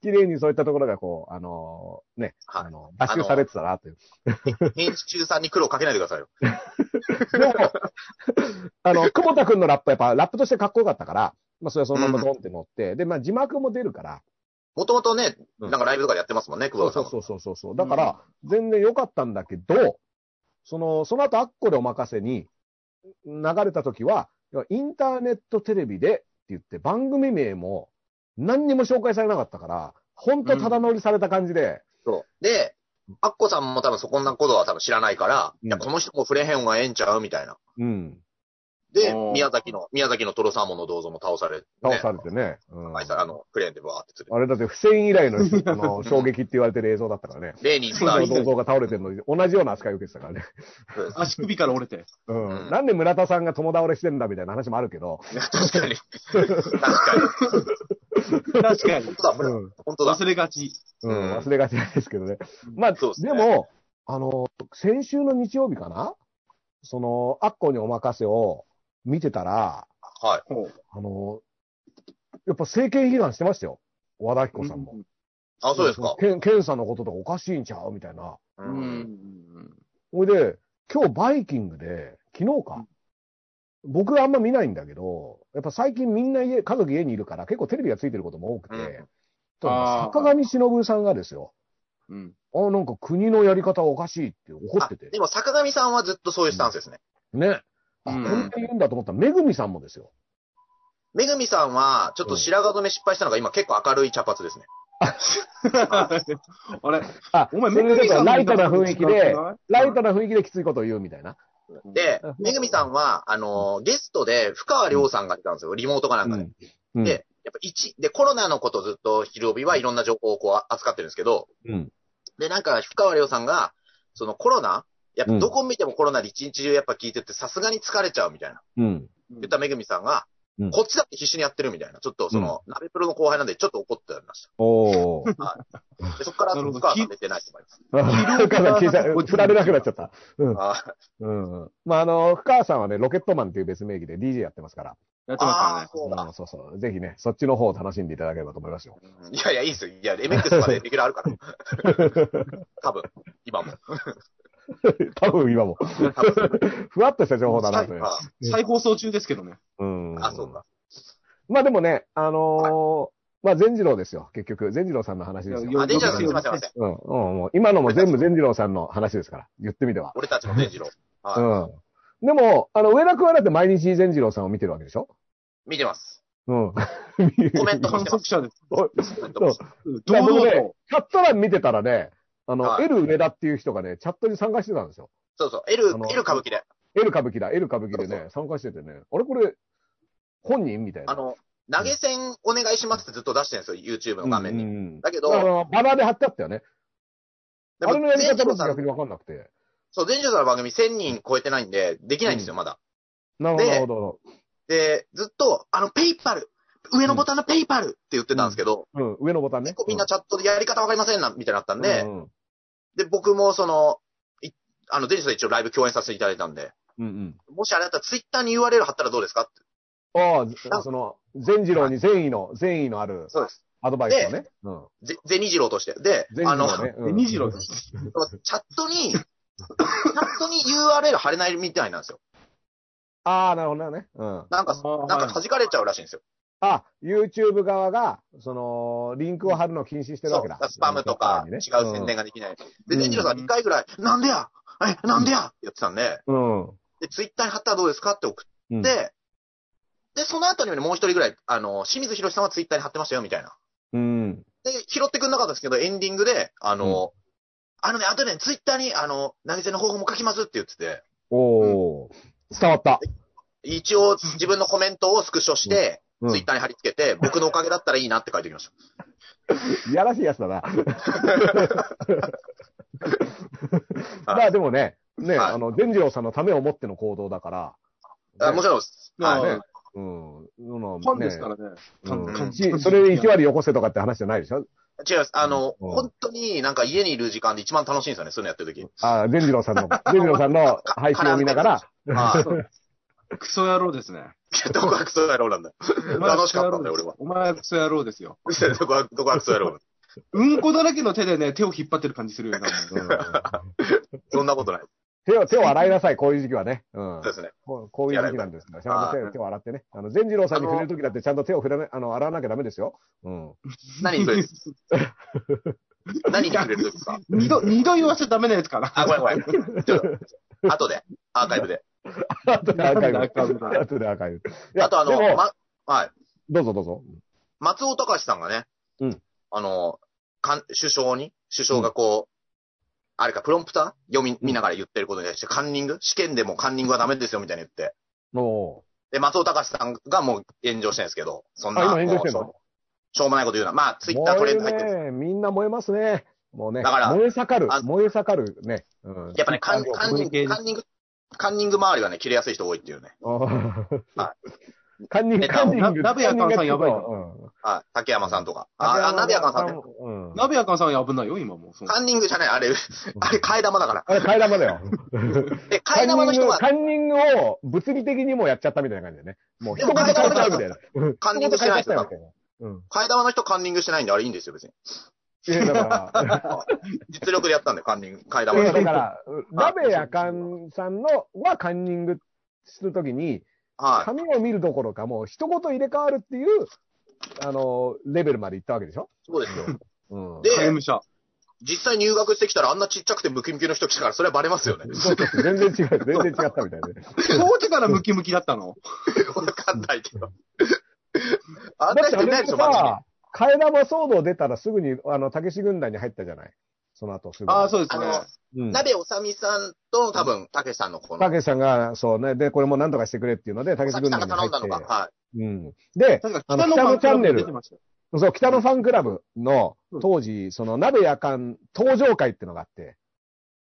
綺麗にそういったところがこう、あのね、はいあの、脱臭されてたな、という。編集さんに苦労かけないでくださいよ。でも、あの、久保田くんのラップはやっぱラップとしてかっこよかったから、まあそれはそのままドンって乗って、で、まあ字幕も出るから、もともとね、うんなんかライブとかでやってますもんね、久そう保田さそうんそは。うそうそうそう。だから、全然良かったんだけど、その、その後、アッコでお任せに流れた時は、要はインターネットテレビでって言って、番組名も何にも紹介されなかったから、ほんとただ乗りされた感じで、そうで、アッコさんも多分そこんなことは多分知らないから、うんやっぱこの人も触れへん方がええんちゃうみたいな。うん、でおー、宮崎の、宮崎のトロサーモンの銅像も倒され、ね、倒されてね。うんあいつあの、クレーンでバーって釣れて。あれだって、不戦以来の あの衝撃って言われてる映像だったからね。レーニースタはーい銅像が倒れてるのに、同じような扱いを受けてたからね。足首から折れて。うん。うんなんで村田さんが友倒れしてんだみたいな話もあるけど。確かに。確かに。確かに本。当だ、こうれん。本当だ。 忘れがち。うん、うん忘れがちなんですけどね。まあ、でそうですねも、あの、先週の日曜日かなその、アッコにお任せを見てたら、はい。ほうあの、やっぱ政権批判してましたよ。和田アキ子さんも。あ、そうですか。ケン、ケンさんのこととかおかしいんちゃうみたいな。う。うん。うんんほいで、今日バイキングで、昨日か。僕あんま見ないんだけど、やっぱ最近みんな家、家族家にいるから結構テレビがついてることも多くて、うんとあー坂上忍さんがですよ、うん。あなんか国のやり方はおかしいって怒ってあてで。も坂上さんはずっとそういうスタンスですね。ね。あ、うこんんな言うんだと思ったら、めぐみさんもですよ。めぐみさんは、ちょっと白髪染め失敗したのが今結構明るい茶髪ですね。 あれあお前、それでちょっとライトな雰囲気で、うライトな雰囲気できついことを言うみたいな。ん、でうん、めぐみさんは、あのー、ゲストで、深川亮さんが来たんですよ。リモートかなんかで。うん。でやっぱ一、で、コロナのことずっと、昼帯はいろんな情報をこう扱ってるんですけど、うん。で、なんか、深川亮さんが、そのコロナやっうぱんどこ見てもコロナで一日中やっぱ聞いてて、さすがに疲れちゃうみたいな。うん。うん言っためぐみさんが、うんこっちだって必死にやってるみたいな。ちょっとその、鍋プロの後輩なんでちょっと怒ってましおー。た。 で、そこからなるほど深川さん出てないと思います。お母さん消えちゃう、振られなくなっちゃった。あーうん。まあ、あの、深川さんはね、ロケットマンっていう別名義で DJ やってますから。やってあまー、そううだん。そうそう。ぜひね、そっちの方を楽しんでいただければと思いますよ。 うんいやいや、いいですよ。いや、エメックスまでレギュラーあるから。多分、今も。多分 今も。多分。ふわっとした情報だなという。しあたね。再放送中ですけどね。うん。あ、そうか。まあでもね、あのーまあ善次郎ですよ、結局。善次郎さんの話ですいよ。やあ、デンジャーさんすいません、すいません。うん、うん、もう今のも全部善次郎さんの話ですから、言ってみては。俺たちのデ ンジロー。うはい。ん。でも、あの、上田君はだって毎日善次郎さんを見てるわけでしょ見てます。うん。コメント観もしてま測す。者です。コメントもしてます堂だから僕々ねと。、チャット欄見てたらね、あの、はい L 上田っていう人がね、チャットに参加してたんですよ。そうそう。L あの、 L 歌舞伎で。 L 歌舞伎だ、L 歌舞伎でそね、参加しててね、あれこれ、本人みたいな。あの、投げ銭お願いしますってずっと出してるんですよ、YouTube の画面うに。んうんだけあど、の、バナーで貼ってあったよね。であもれのやりデンジ方もローさん逆、にわかんなくて。そう、デンジローさんの番組1000人超えてないんで、できないんですよ、まだ。なるほど、でなるほど。で、ずっと、あの、ペイパル上のボタンのペイパルって言ってたんですけど、うん、上のボタンね結。構みんなチャットでやり方わかりませんな、みたいになったんうで、んで、僕もその、いあの、デンジローさん一応ライブ共演させていただいたんで、うんうん。もしあれだったらツイッターに URL 貼ったらどうですかって。ああ、その、善次郎に善意の、善意のあるそうです。アドバイスをね。うん。ぜ、ゼニジローとして。で、善あ次の、郎ね。うん二次郎。チャットに、チャットに URL 貼れないみたいなんですよ。ああ、なるほどね。うん。なんか、ななんか弾かれちゃうらしいんですよ。あ、YouTube 側が、その、リンクを貼るのを禁止してるわそけう。だだか。らスパムとか、うん違う宣伝。ができない。うで、んデンジローさん2回ぐらい、なんでやえ、なんでやってやってたんで、うん。で、ツイッターに貼ったらどうですかって送って、うんで、その後にもねもう一人ぐらい、あの、清水博さんはツイッターに貼ってましたよ、みたいな。うん。で、拾ってくんなかったんですけど、エンディングで、あの、あのね、あとでね、ツイッターに、あの、投げ銭の方法も書きますって言ってて、おー。伝わった。一応自分のコメントをスクショして、うんツイッターに貼り付け て、僕のおかげだったらいいなって書いておきました。いやらしいやつだな。まあでもね、ね、はいあの、善次郎さんのためを思っての行動だから。あもちろんです。はい。ねうん。そのファンですからね。ううんん一それで1割よこせとかって話じゃないでしょ違います。あの、うん本当になんか家にいる時間で一番楽しいんですよね、そういうのやってる時。ああ、善次郎さんの、善次郎さんの配信を見ながら、まあ、 クソ野郎ですね。どこがクソ野郎なんだよ。 楽しかったんだよ、俺は。お前はクソ野郎ですよ。どこが、どこがクソ野郎うんこだらけの手でね、手を引っ張ってる感じするよな。そんなことない。手を、手を洗いなさい、こういう時期はね。うんそう。ですね。こうこういう時期なんですから、ちゃんと手を手を洗ってね。あの、善次郎さんに触れる時だってちゃんと手を触れない、あの、洗わなきゃダメですよ。うん。何に触れる何に触れるんですか 二度、二度言わせちゃダメなやつかな。あ、ごめんごめん。ちょっと、後で、アーカイブで。あとでアーカイブ。アーカイブだあとでアーカイブ。いやあとあの、でもま、はい。どうぞどうぞ。松尾隆さんがね、うんあの、かん首相に、首相がこう、あれか、プロンプター読み、見ながら言ってることに対して、カンニング試験でもカンニングはダメですよ、みたいに言って。もで、松尾隆さんがもう炎上してるんですけど、そんな、あ今炎上もしうてんしのょうしょうもないこと言うな。まあ、う、ツイッタートレンド入ってる。燃えるね。みんな燃えますね。もうね。だから燃え盛るあ。燃え盛るね。うん。やっぱね、カンあのカンニング、カンニング、カンニング周りがね、切れやすい人多いっていうね。 あはカンニング、ネカタをンニング。な鍋屋かんさんやばいなうん。あ、竹山さんとか。あ、あ鍋屋かんさんね。うん。鍋やかんさんは危ないよ、今もう。そうカンニングじゃない、あれ、あれ、替え玉だから。あれ、替え玉だよ。で、 替え玉の人が、カンニングカンニングを物理的にもうやっちゃったみたいな感じだよね。もう一言変えちゃったみたいな。カンニングしてない人だみたいな。うん。替え玉の人カンニングしてないんで、あれいいんですよ、別に。いやだから、実力でやったんで、カンニング、替えい玉のやだ人。から、鍋やかんさんのはカンニングするときに、はい。紙を見るどころか、もう一言入れ替わるっていう、あの、レベルまでいったわけでしょそうですよ。うん。で影武者。実際入学してきたら、あんなちっちゃくてムキムキの人来たから、それはバレますよね。そうそうそう全然違う、全然違ったみたいで。当時からムキムキだったの わかんないけど。あんだなって人あいないれでしょ、マジで。さ、替え玉騒動出たらすぐに、あの、たけし軍団に入ったじゃないその後す ぐ。ああ、そうですあね。の、うん。鍋おさみさんとの多分、たけしさんのこたの、けしさんが、そうね、で、これも何とかしてくれっていうので、たけしさ軍きさ団んにが入頼っんだのてが、。はうん。で、なんかあの北野チャンネル出てましたよそう、北のファンクラブのうん、当時、その、鍋やかん登場会っていうのがあって、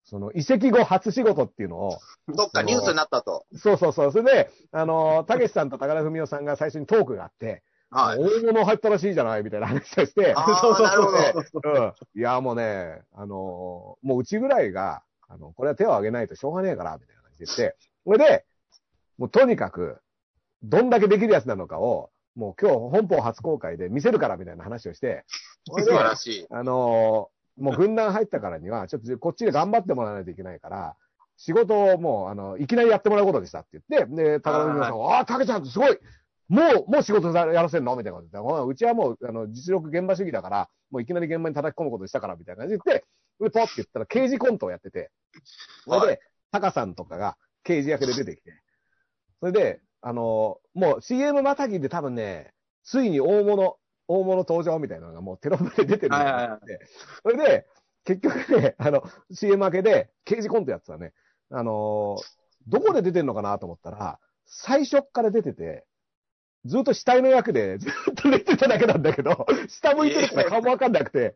その、移籍後初仕事っていうのを、い。どっかニュースになったと。そうそうそう、それで、あの、たけしさんと高田文夫さんが最初にトークがあって、はい。大物入ったらしいじゃないみたいな話をして、ああ、なるほど。 うん。いや、もうね、あのーもううちぐらいが、あの、これは手を挙げないとしょうがねえから、みたいな感じで言って、それで、もうとにかく、どんだけできるやつなのかを、もう今日本邦初公開で見せるから、みたいな話をして、それ素で晴らしい。あのーもう軍団入ったからには、ちょっとこっちで頑張ってもらわないといけないから、仕事をもう、あの、いきなりやってもらうことにしたって言って、で、高田文夫さんは、ああー、竹ちゃんすごいもう、もう仕事さやらせんのみたいなこと言って、うちはもう、あの、実力現場主義だから、もういきなり現場に叩き込むことにしたから、みたいな感じで言って、で、ポッて言ったら刑事コントをやってて、それはで、タカさんとかが刑事役で出てきて、それで、あのーもう CM またぎで多分ね、ついに大物、大物登場みたいなのがもうテロップで出てるんで、はいはいはいそれで、結局ね、あの、CM 明けで刑事コントやってたらね、あのーどこで出てんのかなと思ったら、最初っから出てて、ずっと死体の役でずっと出てただけなんだけど、下向いてるから顔もわかんなくて、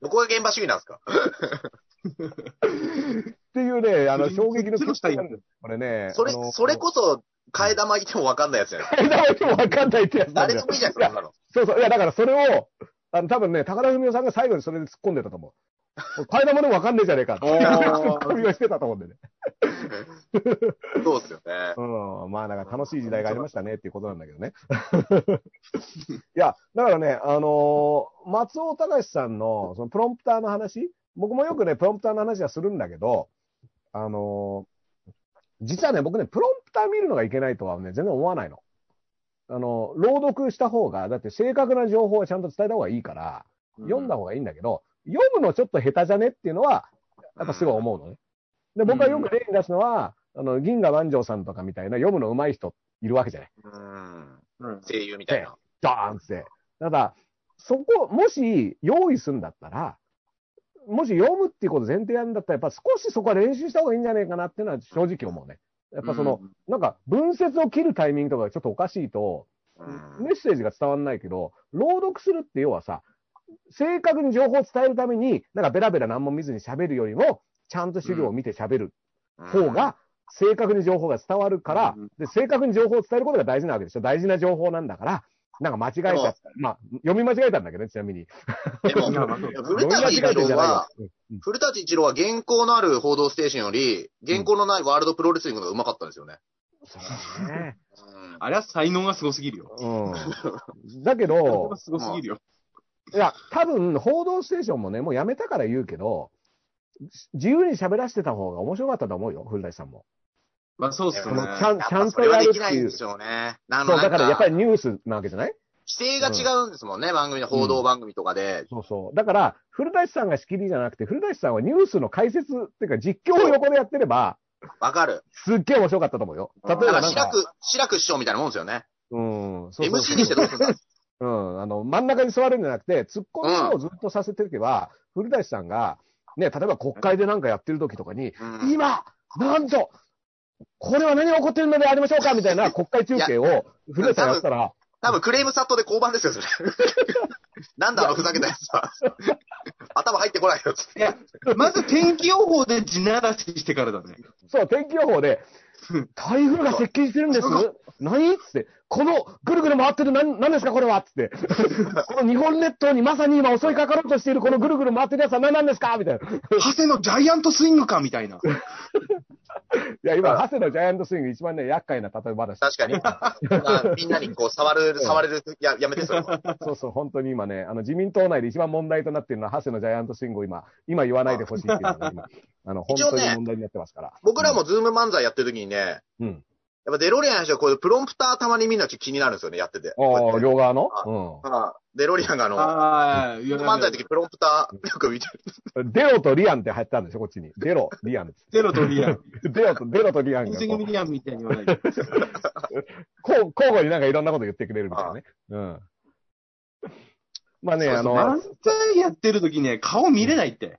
どこが現場主義なんですかっていうね、あの、衝撃のつるしたいや結果なんですこれね、それあの、それこそ、替え玉いてもわかんないやつじゃな い誰でもわかんないってやつなんだ誰でよもいいじゃないですか、そんなの。そうそう。いや、だからそれを、あの、多分ね、高田文夫さんが最後にそれで突っ込んでたと思う。替え玉でもわかんねえじゃねえか って。あー突っ込みをしてたと思うんでね。そうですよね。うん。まあ、なんか楽しい時代がありましたねっていうことなんだけどね。いや、だからね、あのー松尾隆さんの、そのプロンプターの話、僕もよくね、プロンプターの話はするんだけど、あのー実はね、僕ね、プロンプター見るのがいけないとはね、全然思わないの。あの、朗読した方が、だって正確な情報はちゃんと伝えた方がいいから、読んだ方がいいんだけど、読むのちょっと下手じゃねっていうのは、やっぱすごい思うのね。で、僕はよく例に出すのは、あの、銀河万丈さんとかみたいな読むの上手い人いるわけじゃない。うん。うん声優みたいな。ドーンって。ただ、そこ、もし用意するんだったら、もし読むっていうこと前提なんだったら、やっぱ少しそこは練習した方がいいんじゃないかなっていうのは正直思うね。やっぱその、なんか文節を切るタイミングとかがちょっとおかしいと、うんメッセージが伝わらないけど、朗読するって要はさ、正確に情報を伝えるために、なんかベラベラ何も見ずに喋るよりも、ちゃんと資料を見て喋る方が、正確に情報が伝わるからうん、で、正確に情報を伝えることが大事なわけでしょ。大事な情報なんだから、なんか間違えちゃった。まあ、読み間違えたんだけどね、ちなみに。でも、まあまあそうだ古舘一読み郎は、間違えてんじゃないよ古舘一郎は原稿のある報道ステーションより、原稿のないワールドプロレスリングの方が上手かったんですよね。うんねうんあれは才能がすごすぎるよ。うんだけ才能 どが、すごすぎるよ。いや、多分、報道ステーションもね、もうやめたから言うけど、自由に喋らせてた方が面白かったと思うよ、古舘さんも。まあそうっすそよのね。ちゃんやっちゃぱんそとれはやるでってきないいんう。でそすよね。あう、の、なだんからやっぱか、りニュースなわけじゃない規制が違うんですもんね、番組の報道番組とかで。そうそう。だから、古舘さんが仕切りじゃなくて、古舘さんはニュースの解説っていうか実況を横でやってれば、わかる。すっげえ面白かったと思うよ。例えだかばら、なん白か、く、白く師匠みたいなもんですよね。うん、そうそう MC にしてどう すんだうん、あの、真ん中に座るんじゃなくて、突っ込みをずっとさせておけば、古舘さんが、ね、例えば国会でなんかやってる時とかに、 うん今、なんと、これは何が起こってるのでありましょうかみたいな国会中継を、古舘さんやったら、多分クレーム殺到で交番ですよ、それ。なんだあのふざけたやつ は。頭入ってこないよ、つって。いや、まず天気予報で地ならししてからだね。そう、天気予報で、台風が接近してるんです何っつって、このぐるぐる回ってる、なんなんですか、これはっつ って、この日本列島にまさに今襲いかかろうとしている、このぐるぐる回ってるやつは何なんですかみたいな。い長谷のジャイアントスイングかみたいな。や、今、長谷のジャイアントスイング、一番ね、厄介な例え話。確かに。あみんなにこう、触る、触れる、ややめて、それも。 そうそう、本当に今ね、あの自民党内で一番問題となっているのは、長谷のジャイアントスイングを今、今言わないでほしいっていう のが今、あの、本一応当ねに問題になってますから。僕らもズーム漫才やってる時にね、やっうん。ぱデロリアンの人はこういうプロンプターたまにみんなちょっと気になるんですよね、やってて。こうあやあ、って両側のあデロリアンがあの、ああ、いや漫才の時プロンプターよく見てる。うん。デロとリアンって入ったんでしょ、こっちに。デロ、リアン。ゼロとリアン。デロと、デロとリア ンが水こ組うリアンみたいに言わないで。こう交互になんかいろんなこと言ってくれるみたいなね。うん。まあね、そうあそうの、漫才やってる時ね、顔見れないって。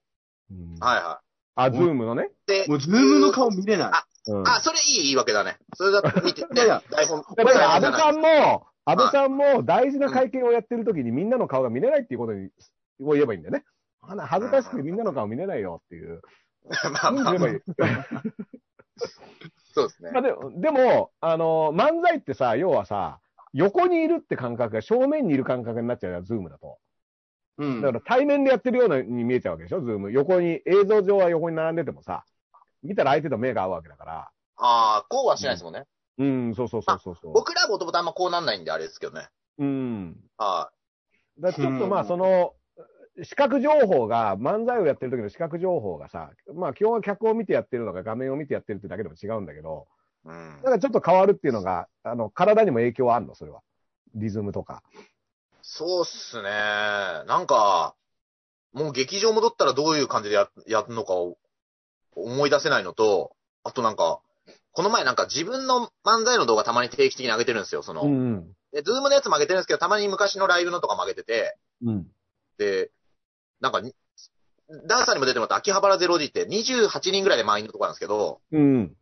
うんはいはあ、ズームのね。い。で、 もうズームの顔見れない。うんあ、それいい言い訳だね。それだって見て、 ねいやいや、台本。だから、安倍台本じゃないさんも、安倍さんも大事な会見をやってる時にみんなの顔が見れないっていうことに、を言えばいいんだよね。あんな恥ずかしくてみんなの顔見れないよっていう。 まあまあ言えばいいそうですねまあ。でも、でも、あの、漫才ってさ、要はさ、横にいるって感覚が正面にいる感覚になっちゃうよ、ズームだと。うだんか。ら対面でやってるように見えちゃうわけでしょ、ズーム。横に、映像上は横に並んでてもさ、見たら相手と目が合うわけだから。ああ、こうはしないですもんね。うん、そうそうそうそうそ僕らはもともとあんまこうなんないんで、あれですけどね。う。うん。はだからちょっとまうあ、んその、視覚情報が、漫才をやってる時の視覚情報がさ、まあ、基本は客を見てやってるのか、画面を見てやってるってだけでも違うんだけど、い。うんだからちょっと変わるっていうのが、あの、体にも影響はあるの、それは。リズムとか。そうっすね。なんか、もう劇場戻ったらどういう感じでややるのかを思い出せないのと、あとなんか、この前なんか自分の漫才の動画たまに定期的に上げてるんですよ、その。うん。で、ズームのやつも上げてるんですけど、たまに昔のライブのとかも上げてて、うん。で、なんかに、ダンサーにも出てもらった秋葉原ゼロ時って28人ぐらいで満員のとこなんですけど、うん。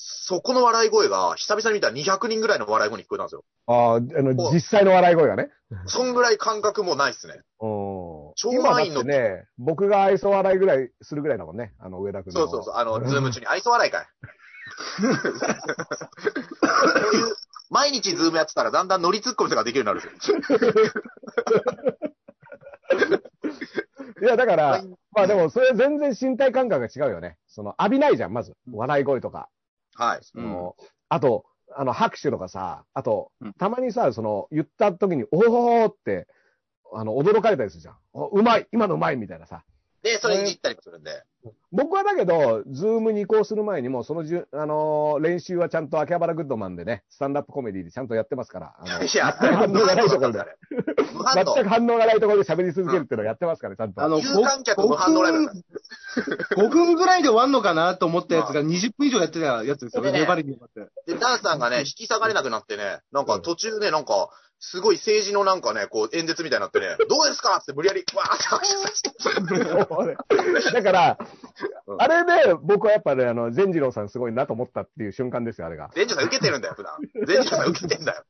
そこの笑い声が久々に見たら200人ぐらいの笑い声に聞こえたんですよ。ああ、あの、こう実際の笑い声がね。そんぐらい感覚もうないっすね。うん。超今だ満っ員のてね、僕が愛想笑いぐらいするぐらいだもんね。あの、上田君の。そうそうそう、あの、ズーム中に愛想笑いかい。そういう毎日ズームやってたらだんだん乗りツッコミとかできるようになるんですよ。いや、だからは、まあでも、それ全然身体感覚が違うよね。その、浴びないじゃん、まず。笑い声とか。はい。そのあと、あの、拍手とかさ、あとうん、たまにさ、その、言った時に、おおーって、あの、驚かれたりするじゃん。おうまい今のうまいみたいなさ。で、それいじったりもするんで。僕はだけど、ズームに移行する前にも、そのじゅ、あのー練習はちゃんと秋葉原グッドマンでね、スタンダップコメディでちゃんとやってますから、あのいや、反応がないところでだ。無反応全く。反応がないところで喋り続けるっていうのをやってますから、ちゃんと。 あの、有観客無反応ライブだ5か分、5分ぐらいで終わんのかなと思ったやつが20分以上やってたやつですよ。でね粘りに粘って。で、ダンさんがね、引き下がれなくなってね、なんか途中ね、なんか、すごい政治のなんかね、こう演説みたいになってね、どうですかって無理やり、わーって拍手させて。だからう、んあれで、僕はやっぱね、あの、善次郎さんすごいなと思ったっていう瞬間ですよ、あれが。全治さん受けてるんだよ、普段。全治さん受けてんだよ。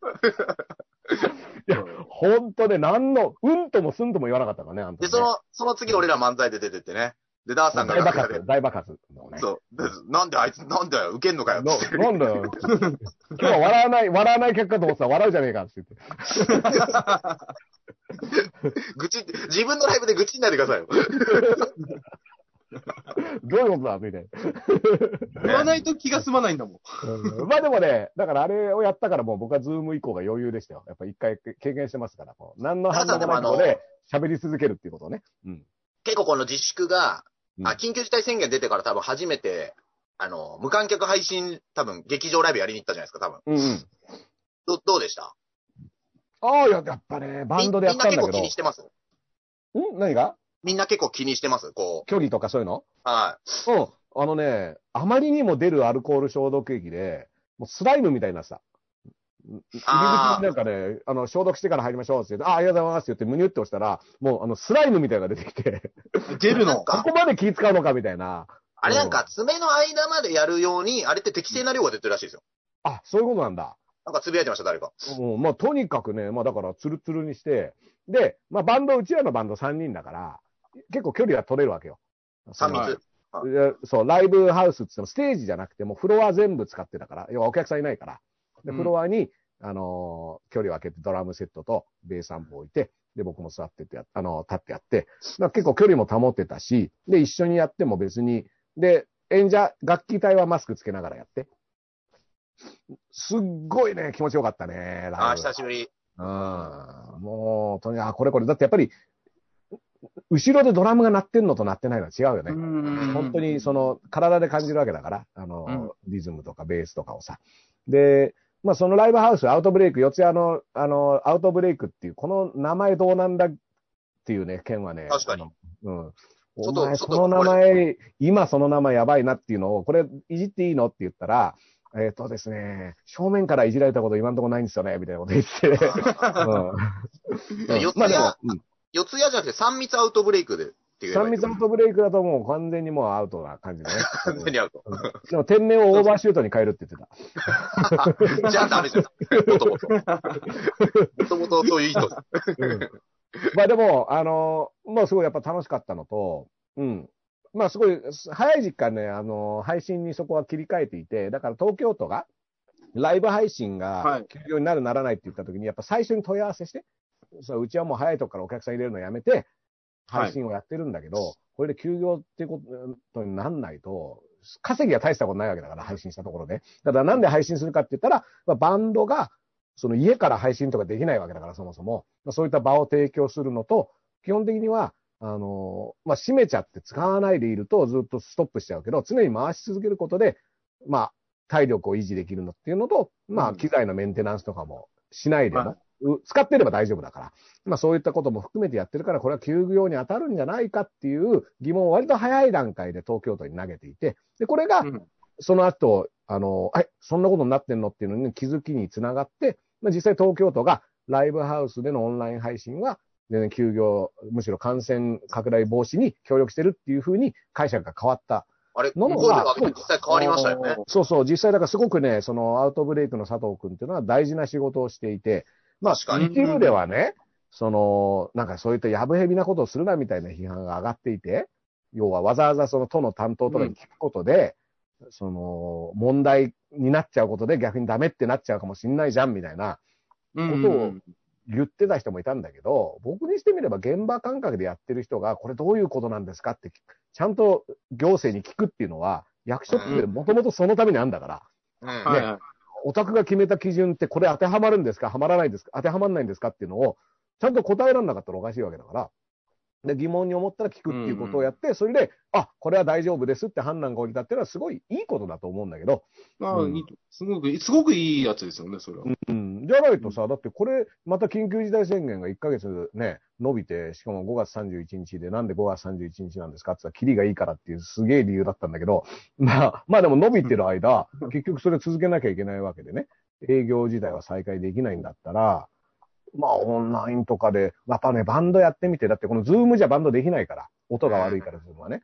ほんとね、なんの、うんともすんとも言わなかったからね、あの時で、ねその、その次俺ら漫才で出てってね。で、ダーさんが大楽爆屋で発、、大爆発。もうねそう。でなんであいつ、なんだよ、受けんのかよ。のなんだよ。今日は笑わない、笑わない客かと思ってたら笑うじゃねえかって言って。愚痴、自分のライブで愚痴になってくださいよ。どういうことだみたい言わないと気が済まないんだもん。な。まあでもね、だからあれをやったからもう僕はズーム以降が余裕でしたよ。やっぱ一回経験してますから、もう何の反応もないところで喋り続けるっていうことをね。うん。結構この自粛が、うんあ、緊急事態宣言出てから多分初めて、あの、無観客配信、多分劇場ライブやりに行ったじゃないですか、多分。うんうん。どどうでしたああ、ややっぱね、バンドでやったんだけみど。んな結構気にしてますん何がみんな結構気にしてますこ距離とかそういうのう。はうん。あのね、あまりにも出るアルコール消毒液で、もうスライムみたいになってた。入り口にあーなんかね、あの、消毒してから入りましょうって言って、あ、ありがとうございますって言って、むにゅって押したら、もう、あの、スライムみたいなのが出てきて、出るい。なのこん。か、こまで気使うのかみたいな。あれなんか爪の間までやるように、あれって適正な量が出てるらしいですよ。あ、そういうことなんだ。なんかつぶやいてました、誰か。うん、まあ、とにかくね、まあ、だから、ツルツルにして、で、まあ、バンド、うちらのバンド3人だから、結構距離が取れるわけよ。 3は密い。でそう、ライブハウスって言っても、ステージじゃなくて、もうフロア全部使ってたから、要はお客さんいないから。で、うんフロアに、あのー距離を空けてドラムセットとベースアンプを置いて、で、僕も座ってってや、あのー立ってやって、だから結構距離も保てたし、で、一緒にやっても別に、で、演者、楽器隊はマスクつけながらやって。すっごいね、気持ちよかったね、ライブああ、久しぶり。うんもう、とにかく、あこれこれ。だってやっぱり、後ろでドラムが鳴ってんのと鳴ってないのは違うよね。ん本当にその体で感じるわけだから、あの、うんリズムとかベースとかをさ。で、まあそのライブハウス、アウトブレイク、四谷の、あの、アウトブレイクっていう、この名前どうなんだっていうね、件はね、確かにあの。うん。お外前、そ外の名前、今その名前やばいなっていうのを、これいじっていいのって言ったら、えっ、とですね、正面からいじられたこと今んとこないんですよね、みたいなこと言 って。うん。四谷まあでも、うん四つ谷じゃなくて3密アウトブレイクでっていう。三密アウトブレイクだともう完全にもうアウトな感じだね。完全にアウト。でも天然をオーバーシュートに変えるって言ってた。じゃあダメじゃん。もともと。もともとそういう意図。うんまあでも、あのまあすごいやっぱ楽しかったのと、うん。まあすごい、早い時間ね、あの配信にそこは切り替えていて、だから東京都が、ライブ配 信はがい休業になるならないって言った時に、やっぱ最初に問い合わせして、そううちはもう早いとこからお客さん入れるのやめて、はい配信をやってるんだけど、これで休業っていうことになんないと、稼ぎは大したことないわけだから、配信したところで。ただなんで配信するかって言ったら、まあバンドが、その家から配信とかできないわけだから、そもそも。まあそういった場を提供するのと、基本的には、あの、まあ、閉めちゃって使わないでいるとずっとストップしちゃうけど、常に回し続けることで、まあ、体力を維持できるのっていうのと、まうあ、ん機材のメンテナンスとかもしないでも、はう使ってれば大丈夫だから、まあ、そういったことも含めてやってるから、これは休業に当たるんじゃないかっていう疑問を割と早い段階で東京都に投げていて、で、これがうん、その後、あの、え、そんなことになってんのっていうのに気づきにつながって、まあ、実際東京都がライブハウスでのオンライン配信は、全然休業、むしろ感染拡大防止に協力してるっていうふうに解釈が変わったあれ、の向もこうでまあは実際変わりましたよね。そうそう、実際だからすごくね、そのアウトブレイクの佐藤君っていうのは大事な仕事をしていて、まあ、確かに一部ではね、その、なんかそういったやぶへびなことをするなみたいな批判が上がっていて、要はわざわざその都の担当とかに聞くことで、その、問題になっちゃうことで逆にダメってなっちゃうかもしんないじゃんみたいなうんことを言ってた人もいたんだけど、僕にしてみれば現場感覚でやってる人が、これどういうことなんですかって、ちゃんと行政に聞くっていうのは、役所ってもともとそのためにあるんだから、うん。はいはい。オタクが決めた基準ってこれ当てはまるんですかはまらないですか当てはまらないんですかっていうのを、ちゃんと答えられなかったらおかしいわけだから。で、疑問に思ったら聞くっていうことをやって、それで、あ、これは大丈夫ですって判断が降りたっていうのはすごいいいことだと思うんだけど、まあ、うんいいすごく、すごくいいやつですよね、それは。うん、じゃないとさ、だってこれ、また緊急事態宣言が1ヶ月ね、伸びて、しかも5月31日で、なんで5月31日なんですかって言ったら、キリがいいからっていうすげえ理由だったんだけど、 まあ、まあでも伸びてる間、結局それ続けなきゃいけないわけでね、営業自体は再開できないんだったら、まあオンラインとかで、やっぱね、バンドやってみて、だってこのズームじゃバンドできないから、音が悪いから、ズームはね。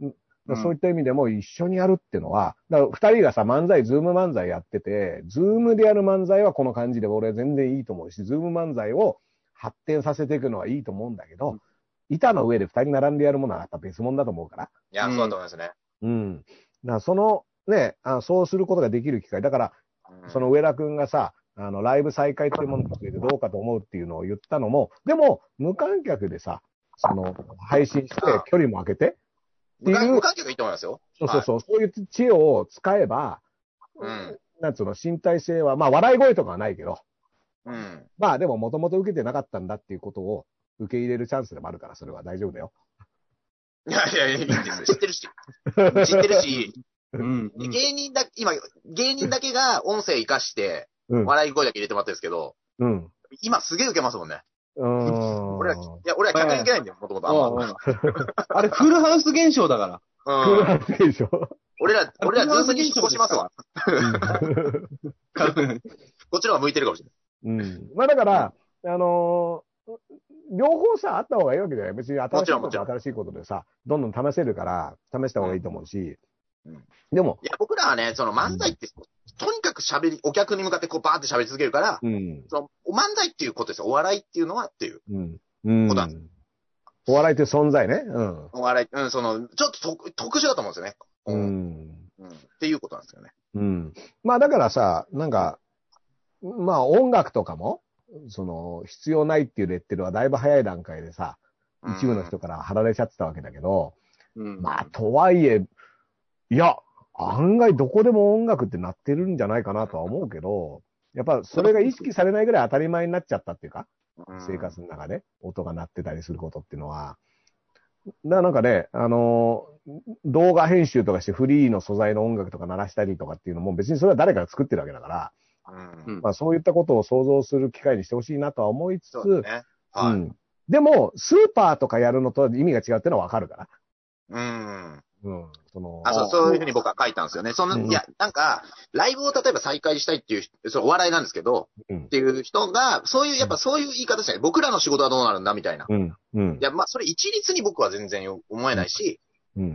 だからそういった意味でも一緒にやるってのは、だから二人がさ、漫才、ズーム漫才やってて、ズームでやる漫才はこの感じで俺は全然いいと思うし、ズーム漫才を発展させていくのはいいと思うんだけど、板の上で二人並んでやるものはやっぱ別物だと思うから。いや、そうだと思いますね。うん。だからその、ね、あそうすることができる機会。だから、うんその上田くんがさ、あの、ライブ再開というものについてどうかと思うっていうのを言ったのも、でも、無観客でさ、その、配信してああ距離も空けて、無観っていう無観客いいと思いますよ。そうそうそう、そういう知恵を使えば、うん。なんつうの、身体性は、まあ、笑い声とかはないけど、うん。まあ、でも、もともと受けてなかったんだっていうことを受け入れるチャンスでもあるから、それは大丈夫だよ。いやいや、いいです。知ってるし。知ってるし、うん。うん芸人だ、今、芸人だけが音声活かして、うん。笑い声だけ入れてもらってるんですけど、うん。今すげえ受けますもんね。うーん。俺ら、いや、俺ら客に受けないんだよ、もともとあんま。あれ、フルハウス現象だから。クールうハん。ウスでしょ。俺ら、俺らズームに引っ越しますわ。軽いこっちの方が向いてるかもしれうん。 まあだから、あのー両方さ、あった方がいいわけじゃない。別に新しいこもちとろんもちろん新しいことでさ、どんどん試せるから、試した方がいいと思うし。うんでも、ない。いや、僕らはね、その漫才って、とにかく喋り、お客に向かってこうバーって喋り続けるから、うん。その漫才っていうことですよ。お笑いっていうのはっていう。うん。うんそうだ。お笑いという存在ね。うん。お笑い、うん、その、ちょっと特特殊だと思うんですよね。ううん。ん。うんっていうことなんですよね。うん。まあだからさ、なんか、まあ音楽とかも、その、必要ないっていうレッテルはだいぶ早い段階でさ、一部の人から貼られちゃってたわけだけど、うんまあ、 とはいえ、いや、案外どこでも音楽って鳴ってるんじゃないかなとは思うけど、やっぱそれが意識されないぐらい当たり前になっちゃったっていうか、うん生。活の中で音が鳴ってたりすることっていうのは。だからなんかね、あのー動画編集とかしてフリーの素材の音楽とか鳴らしたりとかっていうのも別にそれは誰かが作ってるわけだから、うん。うんまあそういったことを想像する機会にしてほしいなとは思いつつ、そうですね。うはい。ん。でも、スーパーとかやるのと意味が違うっていうのはわかるから。うん。うん。その、あ、そう、そういうふうに僕は書いたんですよね。その、うんいや、なんか、ライブを例えば再開したいっていう人、そう、お笑いなんですけど、うんっていう人が、そういう、やっぱそういう言い方じゃない。僕らの仕事はどうなるんだみたいな。うん。うんい。や、まあ、それ一律に僕は全然思えないし、うん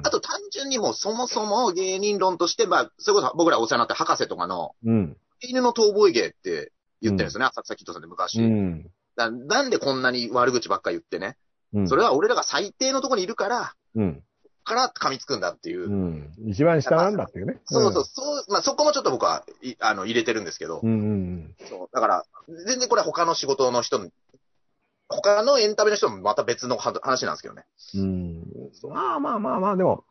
あと単純にもうそもそも芸人論として、まあ、それこそ僕らお世話になった博士とかの、うん。犬の逃亡芸って言ってるんですよね、浅草キッドさんで昔。うん。だなんでこんなに悪口ばっか言ってね。うん。それは俺らが最低のところにいるから、うん。から噛みつくんだっていう。うん。一番下なんだっていうね。そうそう、そう、まあ、そこもちょっと僕は、いあの、入れてるんですけど、うん。うん。そう。だから、全然これは他の仕事の人の、他のエンタメの人もまた別のは話なんですけどね。うん。うん。まあまあまあまあ、でも、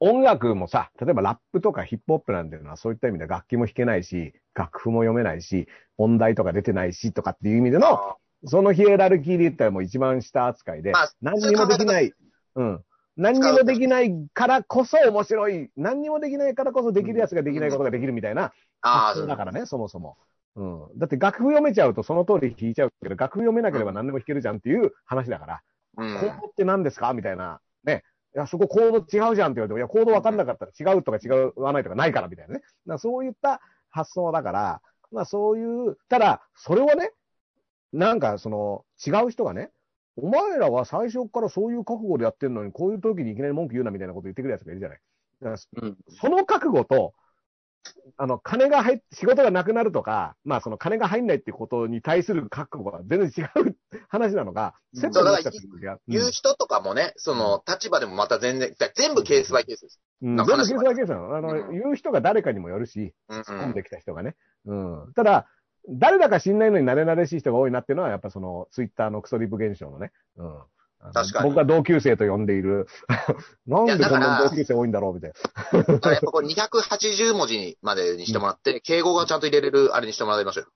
音楽もさ、例えばラップとかヒップホップなんていうのはそういった意味で楽器も弾けないし、楽譜も読めないし、音大とか出てないしとかっていう意味での、そのヒエラルキーで言ったらもう一番下扱いでまあ、何にもできない、うん。何にもできないからこそ面白い、何にもできないからこそできるやつができないことができるみたいな、ああ、そそううだからね、そもそも。うん、だって楽譜読めちゃうとその通り弾いちゃうけど、楽譜読めなければ何でも弾けるじゃんっていう話だから、うコん。ードって何ですかみたいな。ね。いや、そこコード違うじゃんって言われても、いや、コード分かんなかったら違うとか違う合わないとかないからみたいなね。だからそういった発想だから、まあそういう、ただ、それはね、なんかその違う人がね、お前らは最初からそういう覚悟でやってるのに、こういう時にいきなり文句言うなみたいなこと言ってくるやつがいるじゃない。だからうんその覚悟と、あの、金が入っ仕事がなくなるとか、まあその金が入んないってことに対する覚悟が全然違う話なのが、セットになっちゃってる時が。言う人とかもね、その、立場でもまた全然、だから全部ケースバイケースです。うん、全なん部かケー話スもバイケースなの。あの、うん言う人が誰かにもよるし、うん、突っ込んうんできた人がね。うん。ただ、誰だか知んないのに慣れ慣れしい人が多いなっていうのは、やっぱその、ツイッターのクソリプ現象のね。うん。あの確かに僕が同級生と呼んでいる。 なんでいやだこかんならに同級生多いんだろうみたいな。だからやっぱこれ280文字にまでにしてもらって、敬語がちゃんと入れれるあれにしてもらいましょうよ。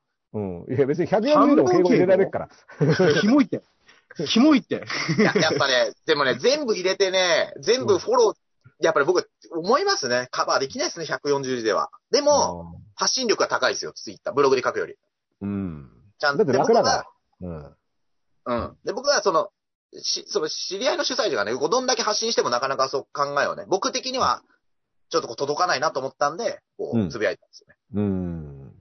うん。いや、別に140でも敬語入れられるから。キモいって。キモいって。いや、やっぱね、でもね、全部入れてね、全部フォロー、やっぱり僕、思いますね。カバーできないですね、140字では。でも、発信力が高いですよ、ツイッター。ブログで書くより。うん。ちゃんだと。ってで楽僕だは、から。うん。うん。で、僕はその、し、その知り合いの主催者がね、どんだけ発信してもなかなかそう考えをね、僕的には、ちょっとこう届かないなと思ったんで、こうんう、つぶやいたんですよね。うん。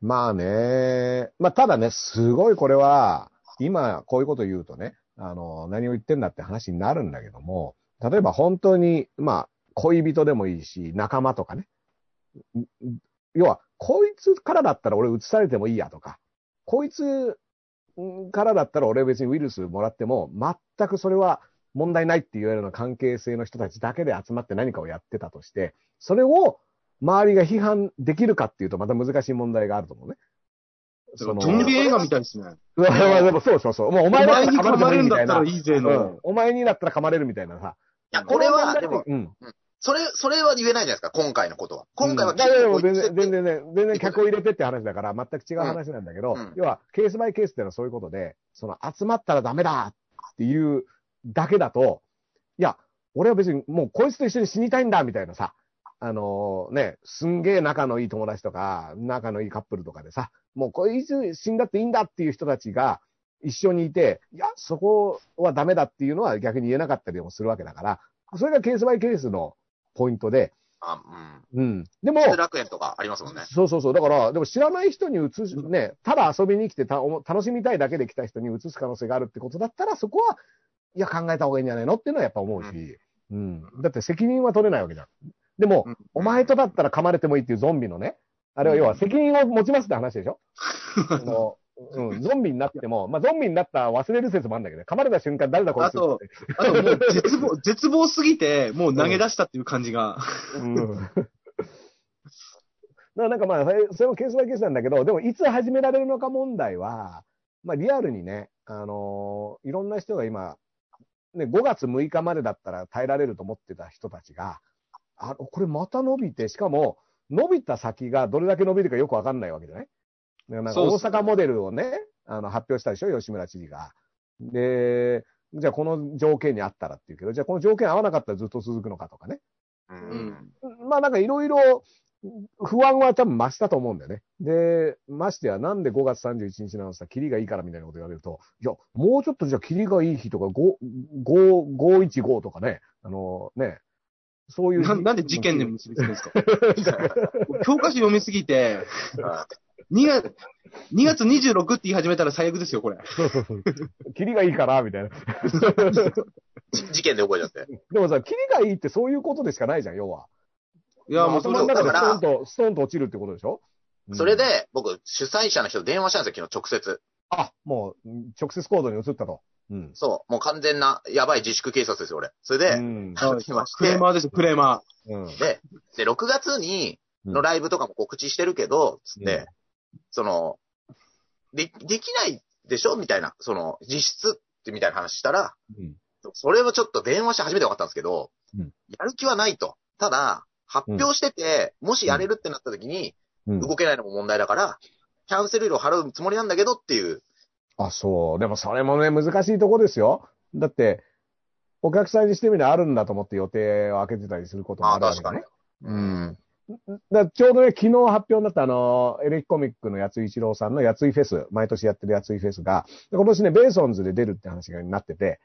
まあね。まあ、ただね、すごいこれは、今こういうこと言うとね、あの、何を言ってんだって話になるんだけども、例えば本当に、まあ、恋人でもいいし、仲間とかね。んん要は、こいつからだったら俺映されてもいいやとか、こいつからだったら俺別にウイルスもらっても、全くそれは問題ないって言われるような関係性の人たちだけで集まって何かをやってたとして、それを周りが批判できるかっていうとまた難しい問題があると思うね。ゾそのンビ映画みたいですね。うわうわでもそうそうそう。もうおお前前にに噛噛ままれるれるんんだだっったたららいいぜうのん。。お前にだったら噛まれるみたいなさ。や、これは、でも、うん。それ、それは言えないじゃないですか、今回のことは。今回は、うんいやいやもう全然、全然。然ね、全然客を入れてって話だから、全く違う話なんだけど、うんうん要は、ケースバイケースっていうのはそういうことで、その、集まったらダメだっていうだけだと、いや、俺は別にもうこいつと一緒に死にたいんだみたいなさ、あのーね、すんげえ仲のいい友達とか、仲のいいカップルとかでさ、もうこいつ死んだっていいんだっていう人たちが一緒にいて、いや、そこはダメだっていうのは逆に言えなかったりもするわけだから、それがケースバイケースのポイントで、あ、ううん。ん。でも、失楽園とかありますもんね。そうそうそう。だから、でも知らない人に移す、ね、ただ遊びに来てたおも楽しみたいだけで来た人に移す可能性があるってことだったら、そこは、いや、考えた方がいいんじゃないのっていうのはやっぱ思うし、うん。だって責任は取れないわけじゃん。でも、うんお前とだったら噛まれてもいいっていうゾンビのね、あれは要は責任を持ちますって話でしょ、あのうん、ゾンビになっても、まあ、ゾンビになったら忘れる説もあるんだけどね、噛まれた瞬間誰だこいつあとって。あともう絶望、 絶望すぎて、もう投げ出したっていう感じが。うん。だからなんかまあ、それそれもケースバイケースなんだけど、でもいつ始められるのか問題は、まあリアルにね、あのーいろんな人が今、ね、5月6日までだったら耐えられると思ってた人たちが、あ、これまた伸びて、しかも、伸びた先がどれだけ伸びるかよくわかんないわけじゃないだからなんかそうっ大すね阪モデルをね、あの、発表したでしょ吉村知事が。で、じゃあこの条件にあったらっていうけど、じゃあこの条件合わなかったらずっと続くのかとかね。う。うん ん。まあなんかいろいろ不安は多分増したと思うんだよね。で、ましてやなんで5月31日なのさ、キリがいいからみたいなこと言われると、いや、もうちょっとじゃあキリがいい日とか、5、5、515とかね、あのね、そういう。ななんで事件で結びつくんですか教科書読みすぎて、あ2月、2月26って言い始めたら最悪ですよ、これ。そうそうそう。キリがいいから、 みたいな。じ事件で覚えちゃって。でもさ、キリがいいってそういうことでしかないじゃん、要は。いや、まあもうそれ頭の中でだからストンと、ストンと落ちるってことでしょそれうんで、僕、主催者の人と電話したんですよ、昨日直接。あ、もう、直接行動に移ったと。うん。そう。もう完全な、やばい自粛警察ですよ、俺。それうで、ん。電話しクレてー、マーですよ、クレーマうん。で、で、6月に、うんのライブとかも告知してるけど、つうっんて、その、で、できないでしょみたいな、その、実質ってみたいな話したら、うんそれはちょっと電話して初めて分かったんですけど、うんやる気はないと。ただ、発表してて、もしやれるってなった時に、うん動けないのも問題だから、キャンセル料払うつもりなんだけどっていう、あ、そう。でもそれもね、難しいとこですよ。だって、お客さんにしてみればあるんだと思って予定を開けてたりすることもまああるわけ確だかにね。。うん。だからちょうどね、昨日発表になったあの、エレキコミックのやつい一郎さんのやついフェス、毎年やってるやついフェスが、で今年ね、ベーソンズで出るって話になってて、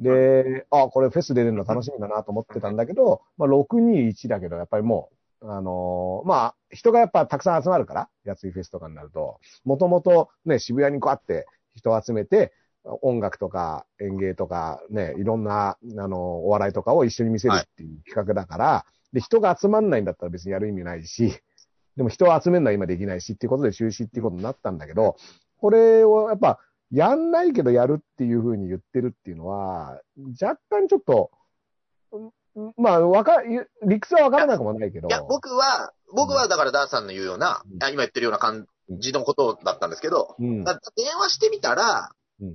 で、あ、これフェス出るの楽しみだなと思ってたんだけど、まあ、621だけど、やっぱりもう、あのーまあ、人がやっぱたくさん集まるから、やついフェスとかになると、もともとね、渋谷にこうあって人を集めて、音楽とか演芸とかね、いろんな、あの、お笑いとかを一緒に見せるっていう企画だから、で、人が集まんないんだったら別にやる意味ないし、でも人を集めるのは今できないしっていうことで中止っていうことになったんだけど、これをやっぱ、やんないけどやるっていうふうに言ってるっていうのは、若干ちょっと、うんまあ、わか、理屈はわからなくもないけど。いや、僕は、僕はだからダーさんの言うような、うんあ今言ってるような感じのことだったんですけど、うん、だ電話してみたら、うん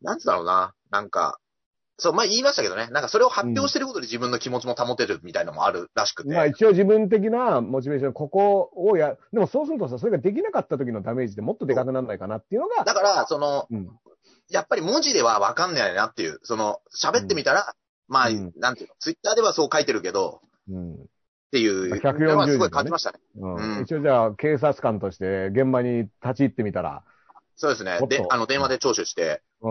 なんつうんだろうな、なんか、そう、前言いましたけどね、なんかそれを発表してることで自分の気持ちも保てるみたいのもあるらしくて。まあ一応自分的なモチベーション、ここをや、でもそうするとさ、それができなかった時のダメージでもっとでかくならないかなっていうのが、だから、その、うん、やっぱり文字ではわかんないなっていう、その、喋ってみたら、まあ、うんなんていうの、ツイッターではそう書いてるけど、うん、っていう、まあ140のはすごい感じましたね。うんうん一応じゃあ警察官として現場に立ち入ってみたら、そうですねもっ。とで、あの、電話で聴取して、うん、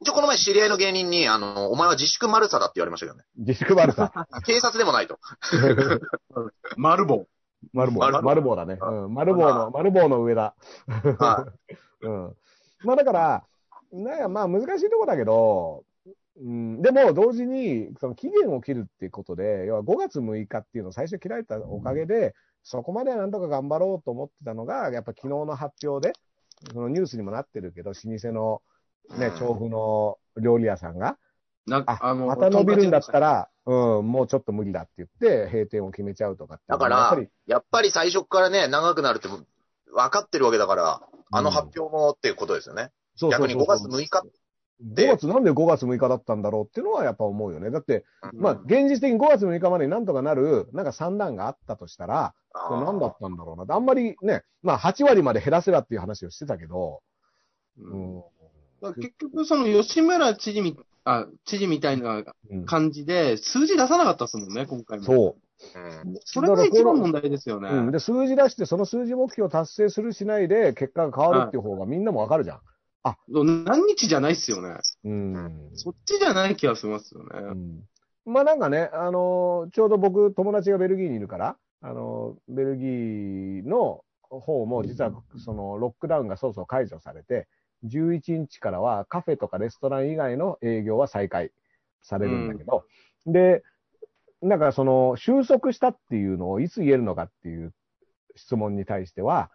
一応この前知り合いの芸人に、あの、お前は自粛丸さだって言われましたけどね。自粛丸 さ、警察でも ないと。ー。丸棒。丸棒、丸棒丸棒だね。うん、丸棒の、丸棒の上だ。はうん。まあだから、なんやまあ難しいとこだけど、うん、でも同時に、その期限を切るっていうことで、要は5月6日っていうのを最初切られたおかげで、そこまではなんとか頑張ろうと思ってたのが、やっぱ昨日の発表で、そのニュースにもなってるけど、老舗のね、調布の料理屋さんが、なんか、ああ、の、また伸びるんだったら。ら、うん、もうちょっと無理だって言って、閉店を決めちゃうとかって。だかやっぱらり、やっぱり最初からね、長くなるって分かってるわけだから、あの発表もっていうことですよね。そうそう逆そうにそう5月6日、 5月、なんで5月6日だったんだろうっていうのはやっぱ思うよね。だって、まあ、現実的に5月6日までになんとかなる、なんか算段があったとしたら、あこれ何だったんだろうな。あんまりね、まあ、8割まで減らせばっていう話をしてたけど、うん。だから結局、その吉村知事み、あ、知事みたいなうん感じで、数字出さなかったですもんね、今回も。そう。うんそれが一番問題ですよね。うん、で、数字出して、その数字目標を達成するしないで、結果が変わるっていう方がみんなもわかるじゃん。何日じゃないっすよね。うん。そっちじゃない気がしますよね。うん、まあなんかね、あのーちょうど僕、友達がベルギーにいるから、あのーベルギーの方も実は、その、ロックダウンがそろそろ解除されて、11日からはカフェとかレストラン以外の営業は再開されるんだけど、で、なんかその、収束したっていうのをいつ言えるのかっていう質問に対しては、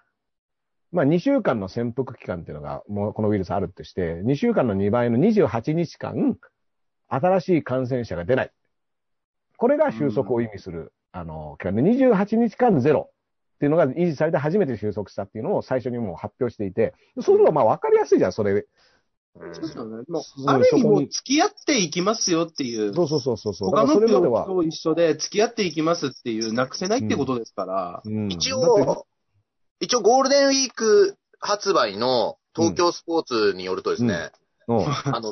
まあ2週間の潜伏期間っていうのが、もうこのウイルスあるとして、2週間の2倍の28日間、新しい感染者が出ない。これが収束を意味する、あの、期間で、28日間ゼロっていうのが維持されて初めて収束したっていうのを最初にもう発表していて、そうするとまあ分かりやすいじゃん、それ。うんそうですよね。もうそう、ある意味そこにもう付き合っていきますよっていう。そうそうそうそうそう。他だからのそれまで病は気。と一緒で付き合っていきますっていう、なくせないってことですから。うん一、だって応、一応ゴールデンウィーク発売の東京スポーツによるとですね、うんあの、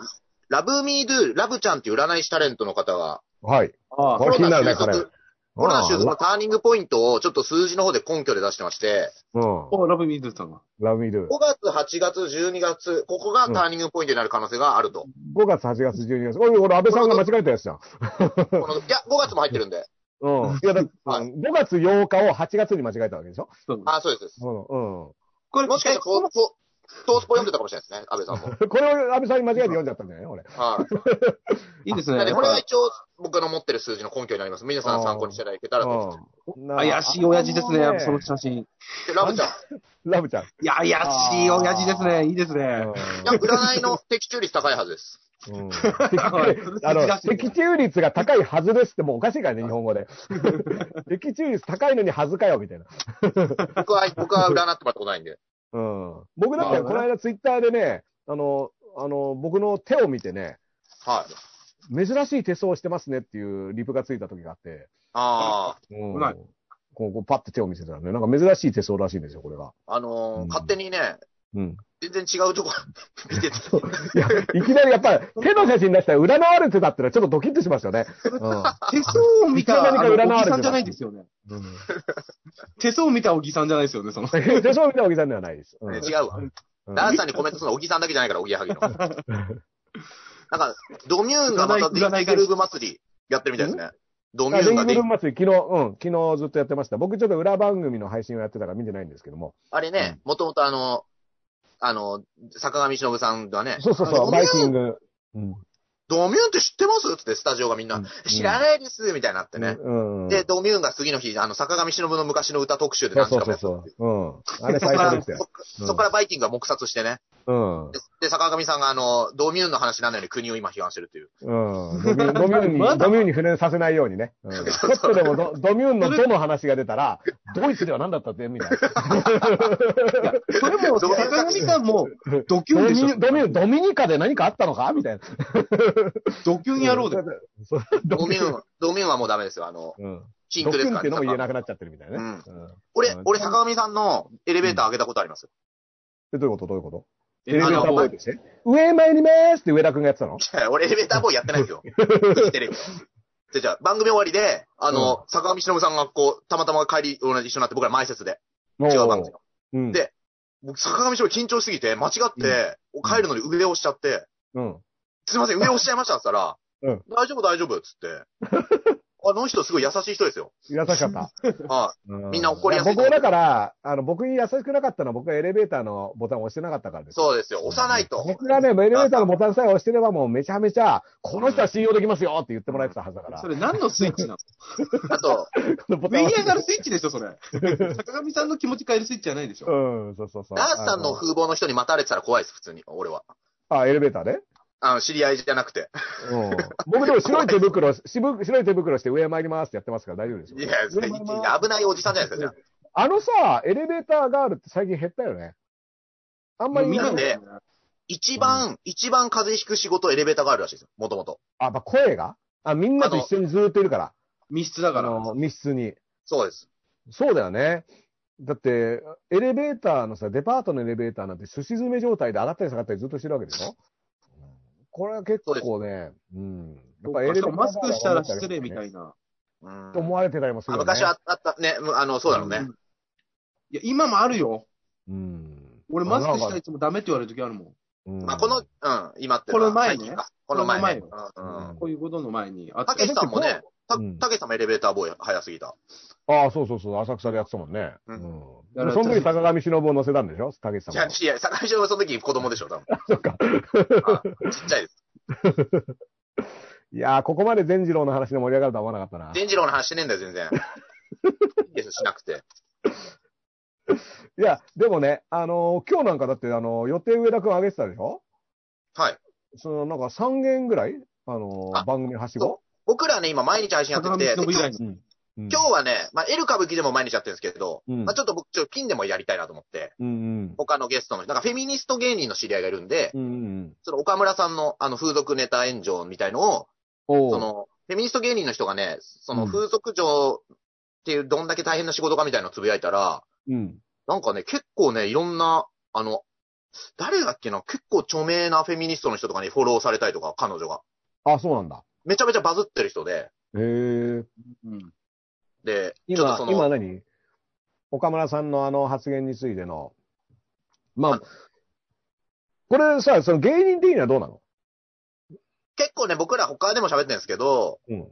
ラブミードゥ、ラブちゃんっていう占い師タレントの方が、はい。あこれ気になるね、コこロれナ収。束コロナ収束のターニングポイントをちょっと数字の方で根拠で出してまして、うん。おラブミーズさんが。ラブミル。 5月、8月、12月、ここがターニングポイントになる可能性があると。 5月、8月、12月。おい、俺、安倍さんが間違えたやつじゃん。このいや、5月も入ってるんで。うん。いや、だって、は5月8日を8月に間違えたわけでしょそうあ、そうですそうです。うん。これ、もしかしたら、ここう、こう、トースポ読んでたかもしれないですね、安倍さ んも。うん。これを安倍さんに間違えて読んじゃったんじゃない俺。はい。いいですなね。んで、これやはっ一応、僕の持ってる数字の根拠になります。皆さん参考にしていただけたらと思います。うん。ぱな怪しい親父ですね、やっぱその写真。で、ラブちゃん。いラブちゃん。いや、怪しい親父ですね。いいですね。や、占いの的中率高いはずです。うんああ の、的中率が高いはずですってもうおかしいからね、日本 語で。的中率高いのにはずかよ、みたいな。僕は、僕は占ってもらったことないんで。うん。僕だって、この間ツイッターでね、あの、あの、僕の手を見てね、はい。珍しい手相をしてますねっていうリプがついた時があって、あうんうまいこう、こうパッて手を見せたらね、なんか珍しい手相らしいんですよ、これが。あ、あのーうん勝手にね、うん。全然違うとこ 見てて。いや、いきなりやっぱ り手の写真出したら占われてたってのはちょっとドキッとしますよね。手相を見た、いつの間あのにか占おわれてたじさんじゃないんですよね。うん。うん、手相を見たおじさんじゃないですよね、その。手相を見たわけじゃないです。うんね違うわ。うんダースさんにコメントするの、おぎさんだけじゃないから、おぎや はぎの。なんか、ドミューンがまたデ占い占いィグルーブ祭りやってるみたいですね。ドミュあーレンイがブでル、祭り、昨日、うん、昨日ずっとやってました。僕ちょっと裏番組の配信をやってたから見てないんですけども。あれね、もともとあの、あの、坂上忍さんがね、そうそうあそのう、バイキング。うん。ドミューンって知ってますってスタジオがみんな、うん知らないですみたいになってね。うん。で、ドミューンが次の日、あの、坂上忍の昔の歌特集でそう何時そう間もそうそう。うん。やった。あれそこ最から初でしたよ。そこからバイキングが黙殺してね。うん。で、で坂上さんがあの、ドミューンの話にならないように国を今批判してるっていう。うん。ドミューンドミューンに、 まだドミューンに触れさせないようにね。うん。ちょっとでもドドミューンのドの話が出たら、ドイツでは何だったってみたいな。それも、そう坂上さんも、ドキドュンでミしょュ。ドミューン、ドミニカで何かあったのかみたいな。ドキュン野 郎で。そう。ドミューン、ドミューンはもうダメですよ。あの、うん。禁ド句キですュンかっらていねうのも言えなくなっちゃってるみたいなね。うん。俺、俺、坂上さんのエレベーター上げたことありますよ。えどういうことどういうことエエレベーターボーイとして上参りまーすって上田くんがやってたのいや 俺エレベーターボーイやってな いですよ。フジテレビの。じゃあじゃあ番組終わりで、あの、坂上忍さんがこう、たまたま帰り、同じ一緒になって、僕ら前説で、違う番組の。うん。で僕、坂上忍緊張しすぎて、間違って、帰るのに上を押しちゃって、うん。すいません、上押しちゃいましたって言ったら、うん大丈夫、大丈夫、っつって。 あの人すごい優しい人ですよ。優しかった。はい。うみんな怒りやすい僕もだから、あの、僕に優しくなかったのは僕がエレベーターのボタンを押してなかったからです。そうですよ。押さないと。僕がね、エレベーターのボタンさえ押してればもうめちゃめちゃ、この人は信用できますよって言ってもらえてたはずだから。それ何のスイッチなのあこと、のボタ上ンにを上押してがるスイッチでしょ、それ。坂上さんの気持ち変えるスイッチじゃないでしょ。うん、そうそうそう。ダースさんの風貌の人に待たれてたら怖いです、普通に。俺は。あのあ、エレベーターで、あの、知り合いじゃなくて。うん。僕でも白い手袋、渋白い手袋して上参りますってやってますから大丈夫ですいよ。や、危ないおじさんじゃないですか、じあのさ、エレベーターガールって最近減ったよね。あんまりみんなないで一番、一番風邪ひく仕事エレベーターがあるらしいですよ。もともと。あ、やっぱ声があ、みんなと一緒にずーっといるから。密室だあから。の、密室に。そうです。そうだよね。だって、エレベーターのさ、デパートのエレベーターなんて、すし詰め状態で上がったり下がったりずっとしてるわけでしょこれは結構ね、うん。ややっっぱぱエレベーターマスクしたら失礼みな。たいな。うんと思われてたりもするよね。昔ああった、ね、うんあの、そうだろうね。ん。いや、今もあるよ。うん。俺マスクしたらい。いつもダメって言われる時あるもん。うんまあ、この、うん、今っていうのはこの前ね最近かこの前ね。こうんうんこういうことの前に。あたけしさんもね、たうんたけしさんもエレベーターボーイ早すぎた。ああ、そうそうそう、浅草でやってたもんね。ううんん。でもその時、坂上忍を乗せたんでしょ竹下いさや、んも。いや、坂上さんはその時子供でしょ、多分。 そっか。ちっちゃいです。いやー、ここまで善次郎の話で盛り上がるとは思わなかったな。伝次郎の話してねえんだよ、全然。いいですしなくて。いや、でもね、あのー今日なんかだって、あのー予定上田くん上げてたでしょはい。その、なんか3件ぐらいあのーあ番組のはしご僕らね、今毎日配信やって坂上て、で忍今以外日に。うん。今今日はね、まあ、L 歌舞伎でも毎日やってるんですけど、うんまあ、ちょっと僕、ちょっとピンでもやりたいなと思って、うんうん。他のゲストの人、なんかフェミニスト芸人の知り合いがいるんで、うんうん。その岡村さんのあの風俗ネタ炎上みたいのを、おそーの、フェミニスト芸人の人がね、そのうん風俗嬢っていうどんだけ大変な仕事かみたいなのをつぶやいたら、うん。なんかね、結構ね、いろんな、あの、誰だっけな、結構著名なフェミニストの人とかにフォローされたりとか、彼女が。あ、そうなんだ。めちゃめちゃバズってる人で、へえ。うんで、ちょっと今そ、の、今何岡村さんのあの発言についての。まああ、これさ、その芸人的にはどうなの結構ね、僕ら他でも喋ってるんですけど、うん。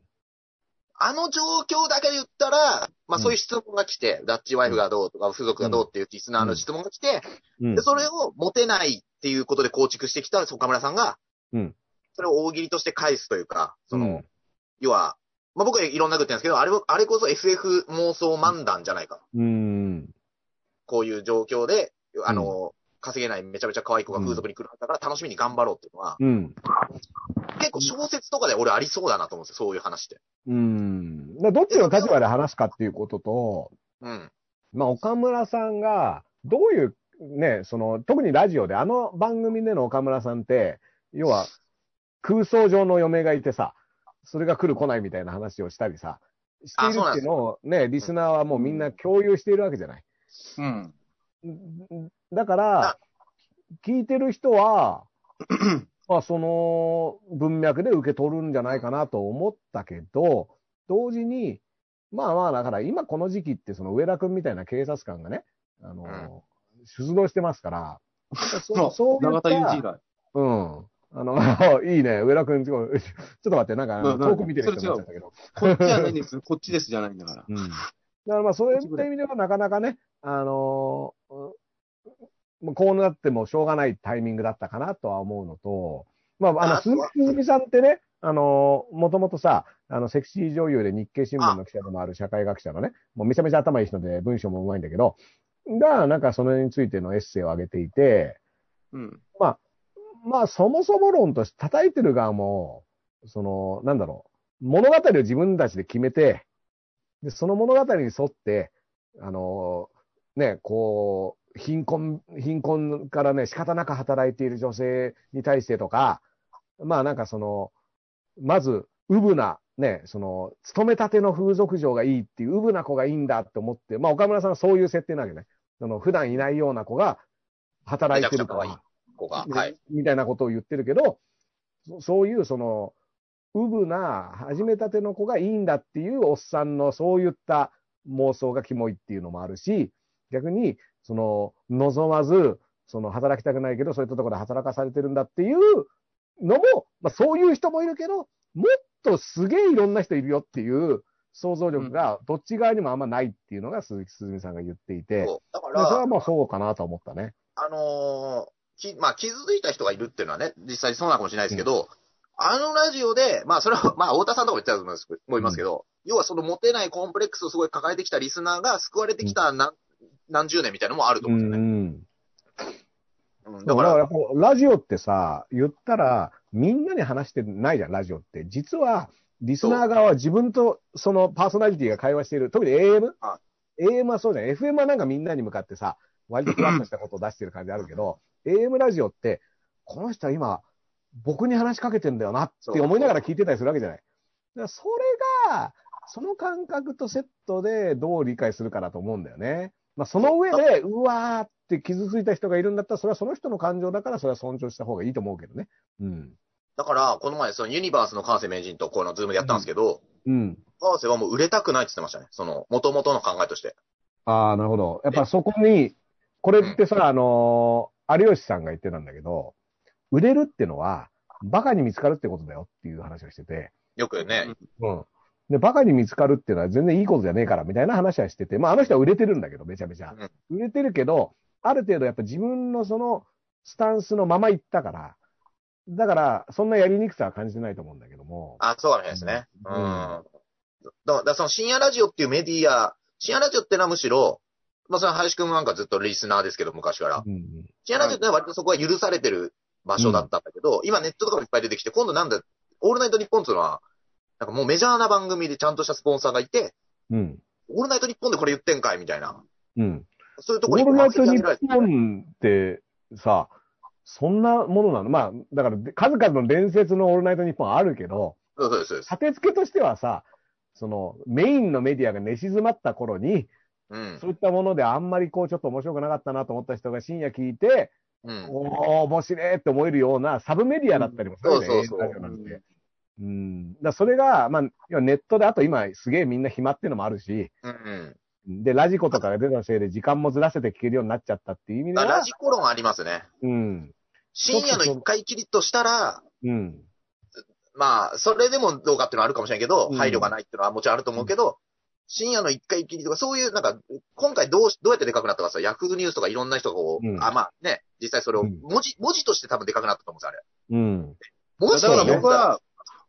あの状況だけで言ったら、うまあんそういう質問が来て、ダッチワイフがどうとか、風俗がどうっていうリスナーの質問が来て、うんで、それを持てないっていうことで構築してきた岡村さんが、うんそれを大喜利として返すというか、その、うん要は、まあ僕はいろんなこと言ってるんですけど、あれを、あれこそ SF 妄想漫談じゃないか。うん。こういう状況で、あの、稼げないめちゃめちゃ可愛い子が風俗に来るはずだから楽しみに頑張ろうっていうのは、うん。結構小説とかで俺ありそうだなと思うんですよ、そういう話って。うん。だからどっちの立場で話すかっていうことと、うん。まあ、岡村さんが、どういう、ね、その、特にラジオで、あの番組での岡村さんって、要は、空想上の嫁がいてさ、それが来る来ないみたいな話をしたりさ、しているっていうのをね、リスナーはもうみんな共有しているわけじゃない。うん。だからあ、聞いてる人 は、まあ、その文脈で受け取るんじゃないかなと思ったけど、同時に、まあまあ、だから今この時期って、その上田君みたいな警察官がね、あの、出動してま すから、そそういっ長田裕二以た、外。うん。あの、 いいね、上田君、ちょっと待って、なんかあなのな遠く見てる人になっちゃったけど。こっちじゃないんです。こっちですじゃないんだから。うん。だからまあ、そういった意味ではなかなかね、あのもうこうなってもしょうがないタイミングだったかなとは思うのと、まあ、あの、あ鈴木鈴木さんってね、あのもともとさ、あの、セクシー女優で日経新聞の記者でもある社会学者のね、もうめちゃめちゃ頭いい人で文章もうまいんだけど、が、なんかそれについてのエッセイを上げていて、うん。まあ、そもそも論として叩いてる側も、その、なんだろう、物語を自分たちで決めて、で、その物語に沿って、あの、ね、こう、貧困、貧困からね、仕方なく働いている女性に対してとか、まあなんかその、まず、うぶな、ね、その、勤めたての風俗嬢がいいっていう、うぶな子がいいんだって思って、まあ岡村さんはそういう設定なわけね。その、普段いないような子が働いてるからめちゃくちゃ可愛い。ここが。はい。みたいなことを言ってるけど、そそういうその、うぶな、始めたての子がいいんだっていうおっさんのそういった妄想がキモいっていうのもあるし、逆に、その、望まず、その、働きたくないけど、そういったところで働かされてるんだっていうのも、まあそういう人もいるけど、もっとすげえいろんな人いるよっていう想像力が、どっち側にもあんまないっていうのが鈴木すずみさんが言っていて、そうだかまあそれはら、まあそうかなと思ったね。あのーき、まあ、傷ついた人がいるっていうのはね、実際そうなのかもしれないですけど、あのラジオで、まあ、それは、まあ、太田さんとかも言ってたと思います思いますけど、要はそのモテないコンプレックスをすごい抱えてきたリスナーが救われてきた何,、何十年みたいなのもあるとう思うんですよね。ん。うん、だか、だからら、こうラジオってさ、言ったら、みんなに話してないじゃん、ラジオって。実は、リスナー側は自分とそのパーソナリティが会話している。特に AM? は AM はそうじゃん。FM はなんかみんなに向かってさ、割とふわっとしたことを出してる感じあるけど、AM ラジオって、この人は今、僕に話しかけてんだよなって思いながら聞いてたりするわけじゃない。だからそれが、その感覚とセットでどう理解するかだと思うんだよね。まあ、その上で、うわーって傷ついた人がいるんだったら、それはその人の感情だから、それは尊重した方がいいと思うけどね。うん。だからこの前、そのユニバースの川瀬名人とこのズームでやったんですけど、うん。川瀬はもう売れたくないって言ってましたね。その、元々の考えとして。ああ、なるほど。やっぱそこに、これってさ、あのー有吉さんが言ってたんだけど、売れるってのは、バカに見つかるってことだよっていう話をしてて、よくね、うん。で、バカに見つかるっていうのは全然いいことじゃねえから、みたいな話はしてて、まあ、あの人は売れてるんだけど、めちゃめちゃ。売れてるけど、ある程度やっぱ自分のそのスタンスのまま行ったから、だから、そんなやりにくさは感じてないと思うんだけども。あ、そうかもしれないですね。ううんん。だだから、その深夜ラジオっていうメディア、深夜ラジオってのはむしろ、まあ、その林くんなんかずっとリスナーですけど、昔から。うん深夜ラジオってのは割とそこは許されてる場所だったんだけど、今ネットとかもいっぱい出てきて、今度なんだ、オールナイトニッポンっていうのは、なんかもうメジャーな番組でちゃんとしたスポンサーがいて、うん。うん。オールナイトニッポンでこれ言ってんかいみたいな。うん。そういうとオこにールナイトに日られてる本ってさ、そんなものなのまあ、だから、数々の伝説のオールナイト日本あるけど、そうそうですそうです。立て付けとしてはさ、その、メインのメディアが寝静まった頃に、うんそういったものであんまりこう、ちょっと面白くなかったなと思った人が深夜聞いて、うん。おお、面白いって思えるようなサブメディアだったりもするよね、うんそうそうそうラジオなんて。うん。だからそれが、まあ、要はネットで、あと今すげえみんな暇っていうのもあるし、うん。で、ラジコとかが出たせいで時間もずらせて聞けるようになっちゃったっていう意味であは、ラジコロンありますね。うん。深夜の一回きりとしたら、うん。まあ、それでもどうかっていうのはあるかもしれんけど、うん配慮がないっていうのはもちろんあると思うけど、深夜の一回きりとか、そういう、なんか、今回どうし、どうやってでかくなったかさ、ヤフーニュースとかいろんな人がこう、うんあ、まあね、実際それを、うん文字、文字として多分でかくなったと思うんですよ、あれ。うん。文だ字かとらして僕、は、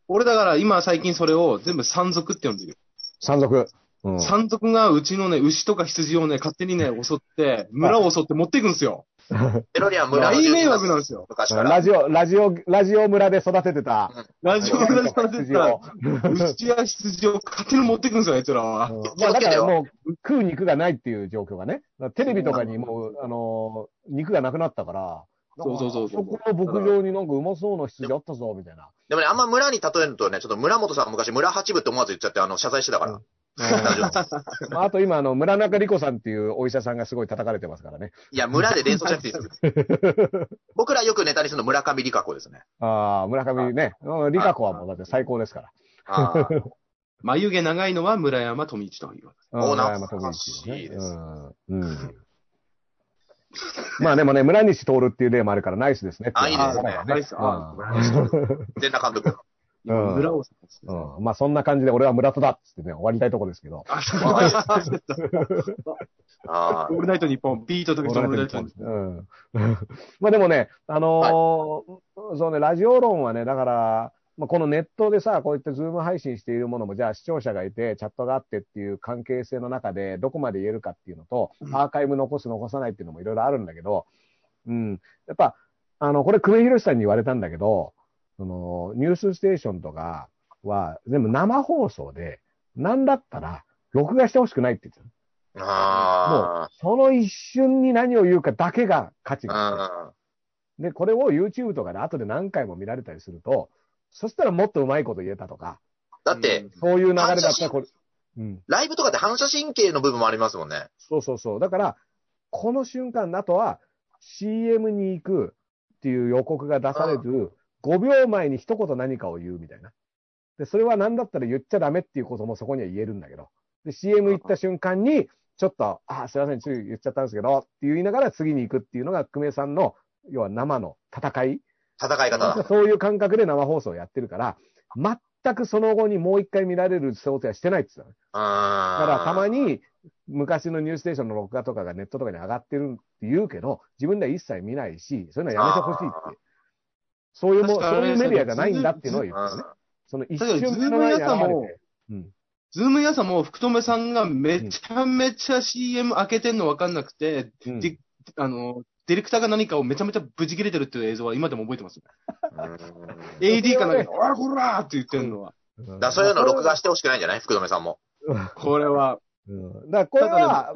俺だから今最近それを全部山賊って呼んでるよ。山賊。うん。山賊がうちのね、牛とか羊をね、勝手にね、襲って、村を襲って持っていくんですよ。テロリアン村の大住迷民惑なんですよ。昔から。ラジオ、ラジオ、ラジオ村で育ててた。ラジオ村で育ててたら、羊を牛や羊を勝手に持っていくんですよ、あいつらは。うんまあだからもう食う肉がないっていう状況がね。だからテレビとかにもう、あのー、肉がなくなったから、そうそうそうそうなんかそこの牧場になんかうまそうな羊あったぞ、みたいな。でもね、あんま村に例えるとね、ちょっと村本さんが昔村八部って思わず言っちゃって、あの、謝罪してたから。大丈夫です。まあ、あと今、あの、村中理子さんっていうお医者さんがすごい叩かれてますからね。いや、村で連想しなくていいです。僕らよくネタにするの村上理香子ですね。ああ、村上ね。うん理香子はもうだって最高ですから。ああ。眉毛長いのは村山富一という。おうん懐村山か智し一ねいですうん。うんまあでもね、村西徹っていう例もあるからナイスですねってう。あいいですねあナイス。あうん全裸監督。今村を探す。うん。まあそんな感じで俺は村田だっつってね、終わりたいとこですけど。あ、そうか。ああオー。ルナイト日本、ビートとかオールナイト日本。うん。 まあでもね、あのーそうね、ラジオ論はね、だから、まあ、このネットでさ、こういったズーム配信しているものも、じゃあ視聴者がいて、チャットがあってっていう関係性の中で、どこまで言えるかっていうのと、アーカイブ残す残さないっていうのもいろいろあるんだけど、うん。やっぱ、あの、これ、久米宏さんに言われたんだけど、その、ニュースステーションとかは、全部生放送で、なんだったら、録画してほしくないって言ってた。あその一瞬に何を言うかだけが価値がある。あ。で、これを YouTube とかで後で何回も見られたりすると、そしたらもっとうまいこと言えたとか、だって、、そういう流れだったらこれ、うん。ライブとかって反射神経の部分もありますもんね。そうそうそう。だから、この瞬間だとは CM に行くっていう予告が出される5秒前に一言何かを言うみたいな。で、それは何だったら言っちゃダメっていうこともそこには言えるんだけど。で、CM 行った瞬間に、ちょっと、あー、すいません、つい言っちゃったんですけど、って言いながら次に行くっていうのが、久米さんの、要は生の戦い戦い方だ。そういう感覚で生放送をやってるから、全全くその後にもう一回見られる想定はしてないって言ってたの。だからたまに昔のニューステーションの録画とかがネットとかに上がってるって言うけど、自分では一切見ないし、そういうのはやめてほしいって。そういうも、確そかにういうメディアじゃないんだっていうのを言ってうねん。その一確かにズ瞬ー目ムの前にやさん現れもて。うん。ズーム屋さんも福留さんがめちゃめちゃ CM 開けてんの分かんなくて、うんであの、ディレクターが何かをめちゃめちゃブチ切れてるっていう映像は今でも覚えてます。うん AD かなんか、おい、こらーって言ってるのは。うんだからそういうの録画してほしくないんじゃない福留さんも。これは、うんだからこれは、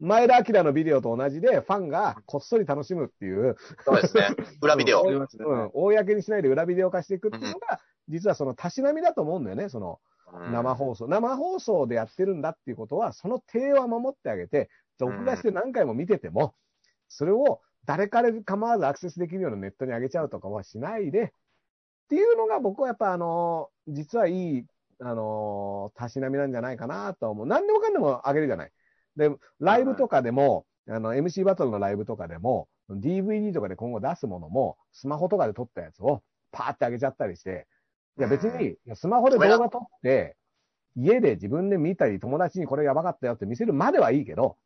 前田明のビデオと同じで、ファンがこっそり楽しむっていう、そ うですね。裏ビデオあ。りますね。うん、公にしないで裏ビデオ化していくっていうのが、実はそのたしなみだと思うんだよね、その生放送。生放送でやってるんだっていうことは、その体は守ってあげて、録画して何回も見てても、それを誰から構わずアクセスできるようなネットに上げちゃうとかはしないで、っていうのが僕はやっぱあのー実はいい、あのーたしなみなんじゃないかなとは思う。何でもかんでも上げるじゃない。で、ライブとかでも、あの、MC バトルのライブとかでも、DVD とかで今後出すものも、スマホとかで撮ったやつを、パーって上げちゃったりして、いや別うんに、いやスマホで動画撮って、家で自分で見たり、友達にこれやばかったよって見せるまではいいけど、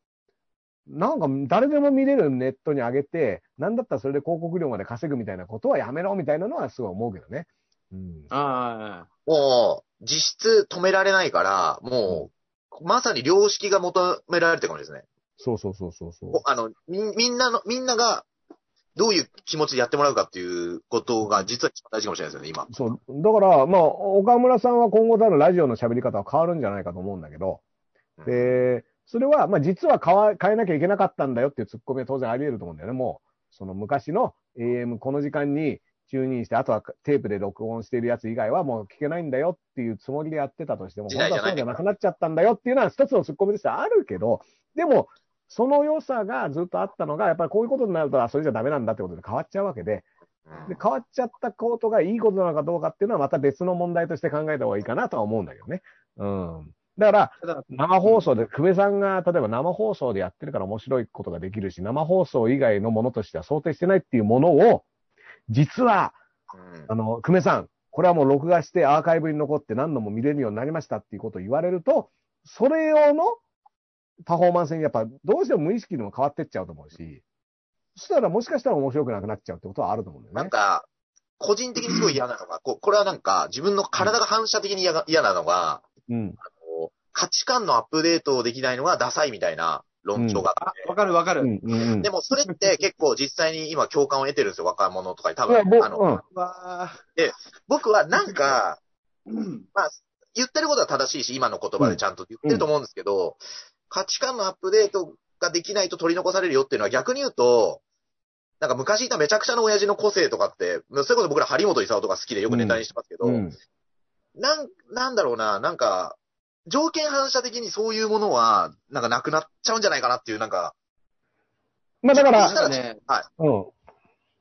なんか誰でも見れるネットに上げて、なんだったらそれで広告料まで稼ぐみたいなことはやめろみたいなのはすごい思うけどね。うん。ああ、もう、実質止められないから、もう、まさに良識が求められてるかもしれないですね。そうそうそうそうそうこ。あの、みみんなの、みんなが、どういう気持ちでやってもらうかっていうことが、実は一番大事かもしれないですよね、今。そう。だから、まあ、岡村さんは今後多分ラジオの喋り方は変わるんじゃないかと思うんだけど、で、それは、まあ、実は変わ変えなきゃいけなかったんだよっていうツッコミは当然あり得ると思うんだよね。もう、その昔の AM この時間にチューニンして、あとはテープで録音してるやつ以外はもう聞けないんだよっていうつもりでやってたとしても、時本代当じはそじゃゃないうんだなかくなっちゃったんだよっていうのは一つのツッコミとしてはあるけど、でも、その良さがずっとあったのが、やっぱりこういうことになると、あそれじゃダメなんだってことで変わっちゃうわけで、うんで、変わっちゃったことがいいことなのかどうかっていうのはまた別の問題として考えた方がいいかなとは思うんだけどね。うん。だから、ただ、生放送で、久米さんが、例えば生放送でやってるから面白いことができるし、生放送以外のものとしては想定してないっていうものを、実は、うんあの、久米さん、これはもう録画してアーカイブに残って何度も見れるようになりましたっていうことを言われると、それ用のパフォーマンスにやっぱどうしても無意識にも変わってっちゃうと思うし、そしたらもしかしたら面白くなくなっちゃうってことはあると思うんだよね。なんか、個人的にすごい嫌なのが、ここれはなんか、自分の体が反射的に嫌が嫌なのが、うん。こう価値観のアップデートをできないのがダサいみたいな論調があって。わかるわかうる。ん。うんうんでもそれって結構実際に今共感を得てるんですよ、若者とかに多いや分。ぼあの、うんわあ僕はなんか、うんまあ、言ってることは正しいし、今の言葉でちゃんと言ってると思うんですけど、価値観のアップデートができないと取り残されるよっていうのは逆に言うと、なんか昔いためちゃくちゃの親父の個性とかって、それこそ僕ら張本勲とか好きでよくネタにしてますけど、うんなん、なんだろうな、なんか、条件反射的にそういうものは、なんかなくなっちゃうんじゃないかなっていう、なんか、まあだかならん、かね、うん。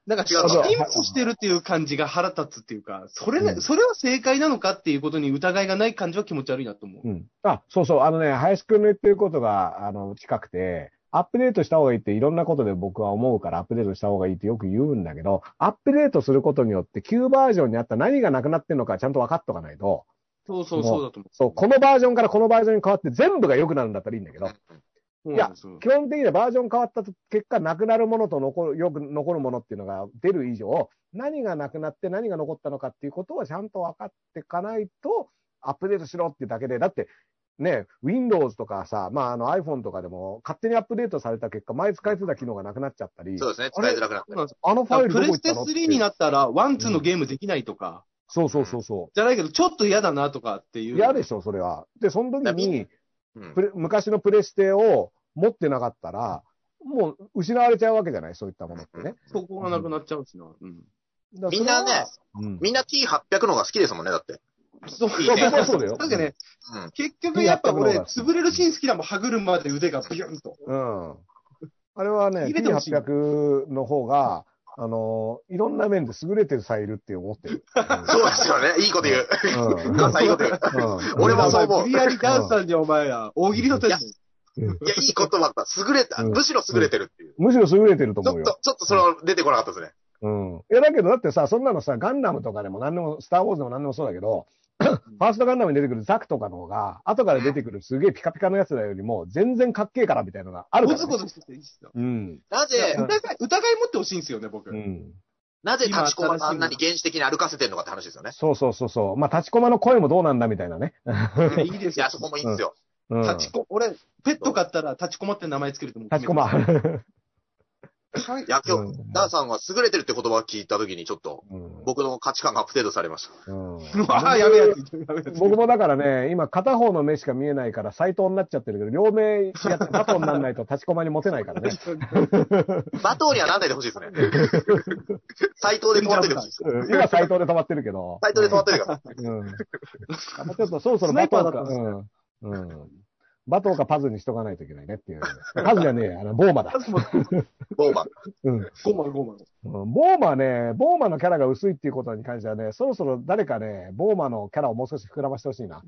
なんか、違うの進歩してるっていう感じが腹立つっていうか、それね、うんそれは正解なのかっていうことに疑いがない感じは気持ち悪いなと思う。うん。あ、そうそう。あのね、林くんの言ってることが、あの、近くて、アップデートした方がいいっていろんなことで僕は思うからアップデートした方がいいってよく言うんだけど、アップデートすることによって旧バージョンにあった何がなくなってるのかちゃんと分かっとかないと、そうそうそうだと思そう、このバージョンからこのバージョンに変わって全部が良くなるんだったらいいんだけど、う。いやそうなんですよ基本的にはバージョン変わった結果、なくなるものと残る、よく残るものっていうのが出る以上、何がなくなって何が残ったのかっていうことはちゃんと分かっていかないと、アップデートしろってだけで、だって、ね、Windows とかさ、まあ、あの iPhone とかでも勝手にアップデートされた結果、前使えてた機能がなくなっちゃったり、そうですね、あ使れいづらくなっそうたなんですよあのファイルプどこレ行っスたテのって3になったら、ワン、ツーのゲームできないとか、そうそうそうそ。じゃないけど、ちょっと嫌だなとかっていうう。嫌でしょ、それは。で、その時に、うんプレ昔のプレステを持ってなかったら、もう失われちゃうわけじゃない、そういったものってね。そこがなくなっちゃうしな。うん。だからみんなね、うんみんな T800 の方が好きですもんね、だって。そういいねそうだよなんかね、うん結局やっぱ俺、やった潰れるシーン好きだもん、歯車で腕がビュンと。うん。あれはね、入れてほしい T800 の方が、あの、いろんな面で優れてるサイルって思ってる。そうですよね、いいこと言う。うんお母さんいいこと言う。うん俺もそう思うお前無理やりダンスさんじゃんお前ら。大喜利の手です。いや、いい言葉だった。優れた。うんむしろ優れてるっていう。むしろ優れてるとち思ょうっよ。と、ちょっとそれは出てこなかったですね。うん。いや、だけどだってさ、そんなのさ、ガンダムとかでも何でも、スターウォーズでも何でもそうだけど、ファーストガンダムに出てくるザクとかの方が、後から出てくるすげえピカピカのやつらよりも、全然かっけえからみたいなのがあるかゴツら、ゴツしてていいっすよ。うん。なぜ、疑い、疑い持ってほしいんですよね、僕。うん。なぜ立ちこま今があんなに原始的に歩かせてるのかって話ですよね。そうそうそうそう。まあ、立ちコマの声もどうなんだみたいなね。いいでいすよや、。そこもいいんですよ。うん。立ちこ、俺、ペット飼ったら立ちこまって名前つけると思う。立ちコマ。いや、今う日ん、ダーさんは優れてるって言葉を聞いたときに、ちょっと、うん僕の価値観がアップデートされましうん ああ、やべえやつ。やべえやつ 僕もだからね、今片方の目しか見えないから斎藤になっちゃってるけど、両目やって片方にならないと立ちコマに持てないからね。た。バトーにはなんないでほしい ですね。斎藤で止まっててほしいです。うん今斎藤で止まってるけど。斎藤で止まっててください。うん。ちょっとそろそろスナバイトパーだーか、ったんですうん。うん。バトーかパズにしとかないといけないねっていう。パズじゃねえや、あの、ボーマだ。ボーマン。うん。うんゴマゴマ。ボーマね、ボーマのキャラが薄いっていうことに関してはね、そろそろ誰かね、ボーマのキャラをもう少し膨らましてほしいな。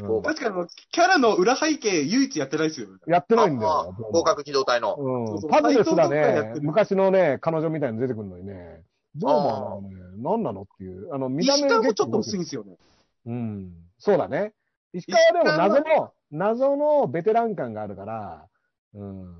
うんボーマ確かにあの、キャラの裏背景唯一やってないですよ。やってないんだあよ。ボーマ合格機動隊の。そううそうんパズですら斎藤とかやっねて、る昔のね、彼女みたいに出てくるのにね、どうもね、何なのっていう。あの、見た石目川がも結ちょ構っと薄いんですよね。うん。そうだね。石川はでも謎の、謎のベテラン感があるから、うん。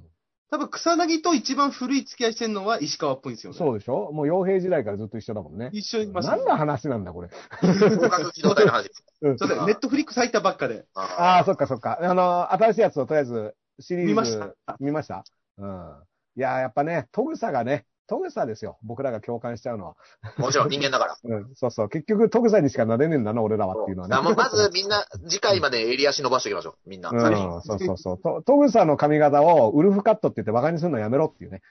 多分、草薙と一番古い付き合いしてるのは石川っぽいんですよね。そうでしょもう傭兵時代からずっと一緒だもんね。一緒にいます。何の話なんだ、これ。合格機動隊の話です。うんそうだよネットフリックス入ったばっかで。あああ、そっかそっか。あの、新しいやつをとりあえずシリーズ見ました。見ましたうん。いやー、やっぱね、トグサがね、トグサですよ。僕らが共感しちゃうのは。ーもちろん人間だかうら。ん、そうそう。結局、トグサにしかなれねえんだな、俺らはっていうのはね。あもうまずみんな、次回まで襟足伸ばしていきましょう。みんな。最初うん、そうそうそう。とトグサの髪型をウルフカットって言って馬鹿にするのやめろっていうね。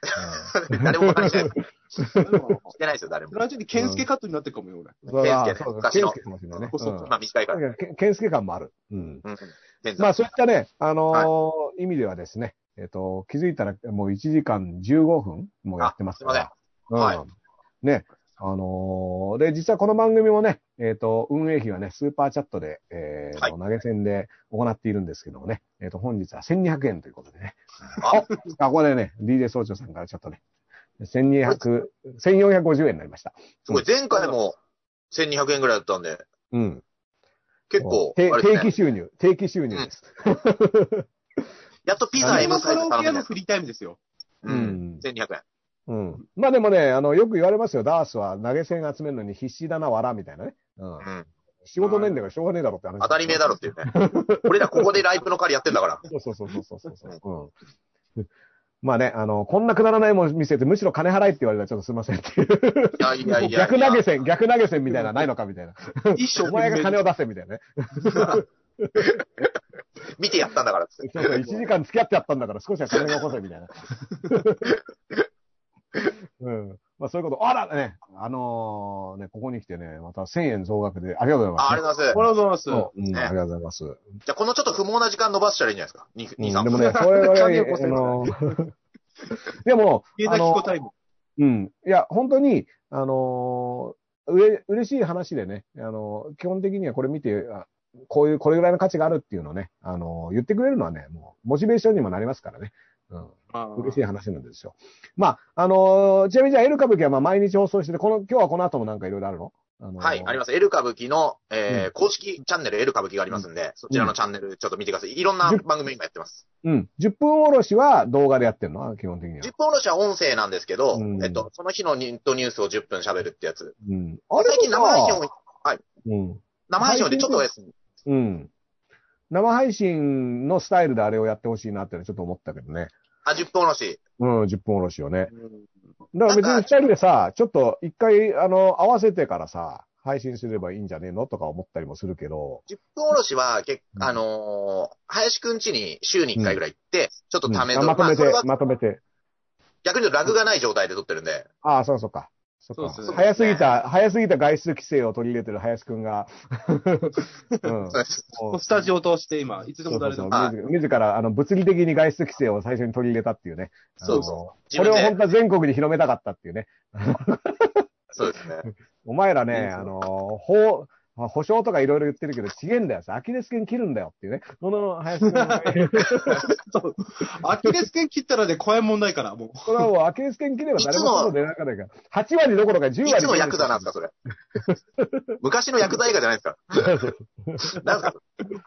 誰も話してないです。でもしてないですよ、誰もそ。れはちょっとケンスケカットになってるかもよ、俺。うん、そうだ健介そうだ健ね昔の介かもしれないね。そうそううんまあ短いから。だけどけ健介感もある。うん。うん。全ま然あそういったね、あのー意味ではですね、えっ、と、気づいたらもう1時間15分もうやってますから。あすいませんうんね。あのーで、実はこの番組もね、えっ、と、運営費はね、スーパーチャットで、えーはい投げ銭で行っているんですけどもね、えっ、と、本日は1200円ということで ね。あ、ここでね、DJ 総長さんからちょっとね、1200、1450円になりました。すごい、前回も1200円ぐらいだったんで、うん。結構、てあれ定です期ね。収入、定期収入です。やっとピザ今 M のサカイズラオケ頼屋んのでねフリータイムですよ。う。うんん。 1200う円。ん。まあでもね、あの、よく言われますよ。ダースは投げ銭集めるのに必死だな、わら、みたいなね。うん。うん。仕事ねえんだからしょうがねえだろって話。当たり前だろっていうね。俺らここでライブの代わりやってんだから。そうそうそうそうそうそう。うん。 まあね、あの、こんなくだらないもん見せて、むしろ金払えって言われたらちょっとすいませんっていう。いやいやいや。逆投げ銭、逆投げ銭みたいなのないのかみ たいな。一生お前が金を。を出せみたいなね。見てやったんだからっつって。そうそう、1時間付き合ってやったんだから少しは金が起こせみたいな。 うん。まあそういうこと。あらね、あのーね、ここに来てね、また1000円増額で、ありがとうございます。あ、ありがとうございありまがとうございます。うん、うんねありがとうございます。す。じゃあ、このちょっと不毛な時間伸ばしたらいいんじゃないですか。う2、ん2 3でも分。ね、それは、 金を越せあの、でも、家田あ彦の、タイム。うん。いや、本当に、あのー、うれ、嬉しい話でね、あのー、基本的にはこれ見て、あこういう、これぐらいの価値があるっていうのをね、あのー、言ってくれるのはね、もう、モチベーションにもなりますからね。うん。嬉しい話なんですよ。まあ、あのー、ちなみにじゃあ、エル歌舞伎はまあ毎日放送してて、この、今日はこの後もなんかいろいろあるのあのーはい、あります。エル歌舞伎の、えー、公式チャンネルエル歌舞伎がありますんで、そちらのチャンネルちょっと見てください。いろんな番組今やってます。うん。10分おろしは動画でやってるのあ基本的には10。分おろしは音声なんですけど、うんえっと、その日のニットニュースを10分喋るってやつ。うん。あれ最近生配信もさを、うん。生配信をでちょっとお休み。うん。生配信のスタイルであれをやってほしいなってのはちょっと思ったけどね。あ、10分おろし。うん、10分おろしよね。うんだから別になん二か人でさ、ちょっと一回、あの、合わせてからさ、配信すればいいんじゃねえのとか思ったりもするけど。 10分おろしは、けうんあのー林くん家に週に1回ぐらい行って、ちょっとうんためあの、まとまあ、めそれては、まとめて。逆に言うとラグがない状態で撮ってるんで、ああ、そうかそうか。そっそうかですね早すぎた、早すぎた外出規制を取り入れてる林くんが、 うんそうですもうスタジオを通して今、いつでそもうそう誰でそうも。はい自自ら、あの、物理的に外出規制を最初に取り入れたっていうね。そうそあのこれを自分で本当は全国に広めたかったっていうね。そうですね。お前らね、うんあの、法、保証とかいろいろ言ってるけど、ちげえんだよ。アキレス腱切るんだよっていうね。この林 くんのそう。アキレス腱切ったらで怖い問題から、もう。これはもうアキレス腱切れば誰も外出られないから。8割どころか10い割。つのヤクザなんですか、それ。昔のヤクザ映画じゃないですか。なんか、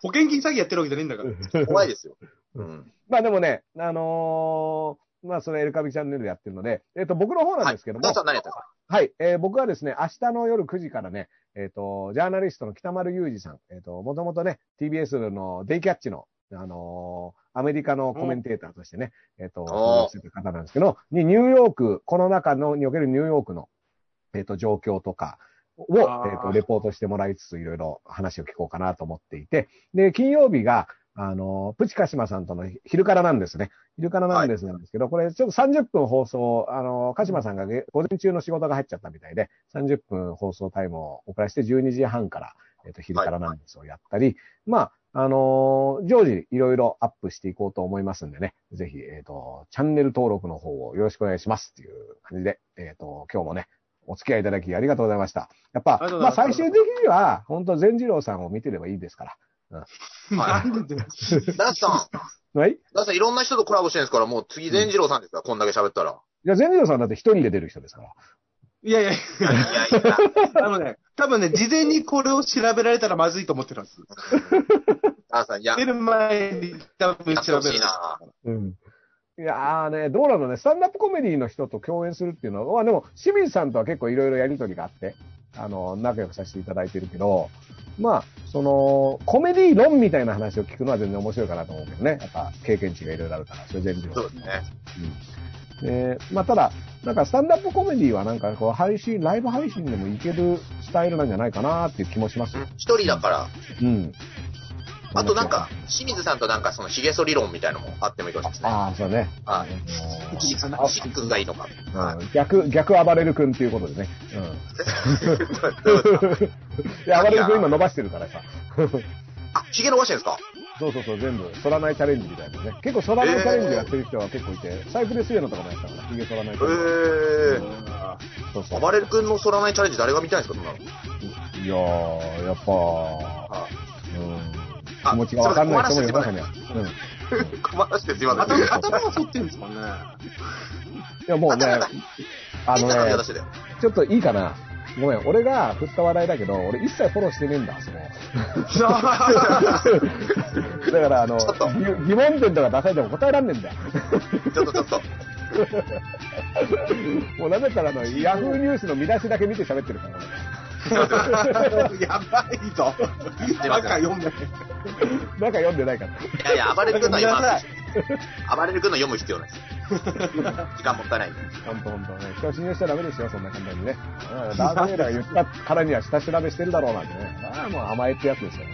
保険金詐欺やってるわけじゃねえんだから。怖いですよ。うん。まあでもね、あのーまあそれエルカビチャンネルでやってるので、えっ、と、僕の方なんですけども、はダンいさ、ん何やったんですかえー僕はですね、明日の夜9時からね、えっ、と、ジャーナリストの北丸裕二さん、えっ、と、もともとね、TBS のデイキャッチの、あのーアメリカのコメンテーターとしてね、えっ、と、おー活躍してた方なんですけど、にニューヨーク、この中の、におけるニューヨークの、えっ、と、状況とか、を、えあーっ、と、レポートしてもらいつつ、いろいろ話を聞こうかなと思っていて、で、金曜日が、あの、プチカシマさんとの昼からなんですね。昼からなんですなんですけど、これちょっと30分放送、あの、鹿島さんがげ午前中の仕事が入っちゃったみたいで、30分放送タイムを遅らせて12時半から、えっと、昼からなんですをやったり、まあ、あのー常時いろいろアップしていこうと思いますんでね、ぜひ、えっ、と、チャンネル登録の方をよろしくお願いしますっていう感じで、えっ、と、今日もね、お付き合いいただきありがとうございました。やっあぱ、りがとうごまざいあ、ます最終的には、本当善次郎さんを見てればいいですから。はなんでだよダンさん、はいダンさんいろんな人とコラボしてるんですから、もう次、善次郎さんですから、こんだけ喋ったら。いや、善次郎さんだって一人で出る人ですから。いやいや、いやいや、あのね、多分ね、事前にこれを調べられたらまずいと思ってるはず。 ダンさん、いや出、る前に多分やって調ほべしるい。な。うんいやーね、どうなのね、スタンダップコメディの人と共演するっていうのは、まあでも、清水さんとは結構いろいろやりとりがあって、あの、仲良くさせていただいてるけど、まあ、その、コメディ論みたいな話を聞くのは全然面白いかなと思うけどね、やっぱ経験値がいろいろあるから、それ全然。そうですね。うん。えーまあただ、なんかスタンダップコメディはなんかこう配信、ライブ配信でもいけるスタイルなんじゃないかなっていう気もしますうよん。一人だから、うん。あとなんか、清水さんとなんかそのヒゲ剃り論みたいのもあってもいいかもしれないああ、そうね。はあい。のーシックがいい のか。 はうん逆、逆暴れる君っていうことでね。うん。 いや、暴れる君今伸ばしてるからさ。あ、ヒゲ伸ばしてるんですかそうそうそう、全部、反らないチャレンジみたいなね。結構反らないチャレンジやってる人は結構いて、サイクルスエのとかもやってたから、髭反らないチャレンジ。えそうえそー。う。暴れる君の反らないチャレンジ誰が見たいんですかそんなの。いやー、やっぱ、あうん。あ気持ちがわかんない人も世の中には。うん。い困らしてすいません。頭、頭を剃ってるんですもんね。や、もうね、あの変な髪ね型、してたよ。ちょっといいかな。ごめん、俺が振った話題だけど、俺一切フォローしてねえんだ、その。 だから、あの、ちょっと疑疑問点とか出されても答えらんねえんだよ。ちょっとちょっと。もうなぜならあの、ヤフーニュースの見出しだけ見て喋ってるから、俺やばいぞ。バカ読んで。なんか読んでないから。いやいや、暴れる君のは読まない。暴れる君の読む必要ないです。時間もったいないんで。ほんとほんとね。人を信用しちゃダメですよ、そんな簡単にね。うんダース・ベイダーが言ったからには下調べしてるだろうなんてね。まあもう甘えってやつですよ。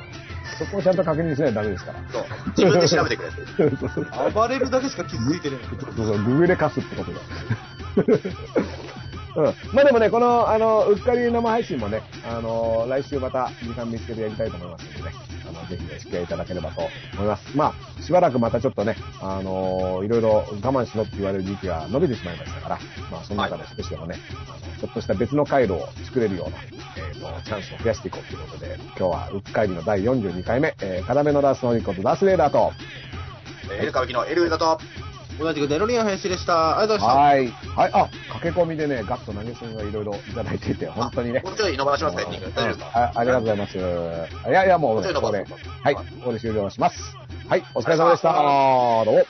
そこをちゃんと確認しないとダメですから。そう。自分で調べてくれって。そうそうそう。暴れるだけしか気づいてない。そうそう、ググレかすってことだ。 うん、まあでもね、この、あの、うっかり生配信もね、あの、来週また時間見つけてやりたいと思いますのでね、あの、ぜひお付き合いいただければと思います。まあ、しばらくまたちょっとね、あの、いろいろ我慢しろって言われる時期が伸びてしまいましたから、まあ、その中で少しでもね、あのちょっとした別の回路を作れるような、えっ、と、チャンスを増やしていこうということで、今日はうっかりの第42回目、えー、かめのダースのりことダースレーダーと、エルカブキのエルウェザと、同じくデロリアン林でした。ありがとうございました。はい。はい。あ、駆け込みでね、ガッと投げ銭がいろいろいただいていて、本当にねも。うちょい伸ばしますか、エンディング。大丈夫ですかあありがとうございます。いやいや、もう、ね、ちょっとここで、待ってはい、ここで終了します。はい、お疲れ様でした。お疲れどうも。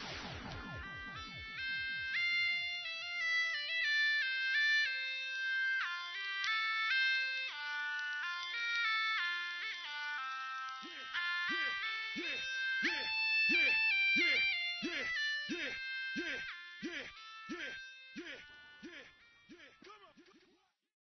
yeah, yeah, yeah, yeah.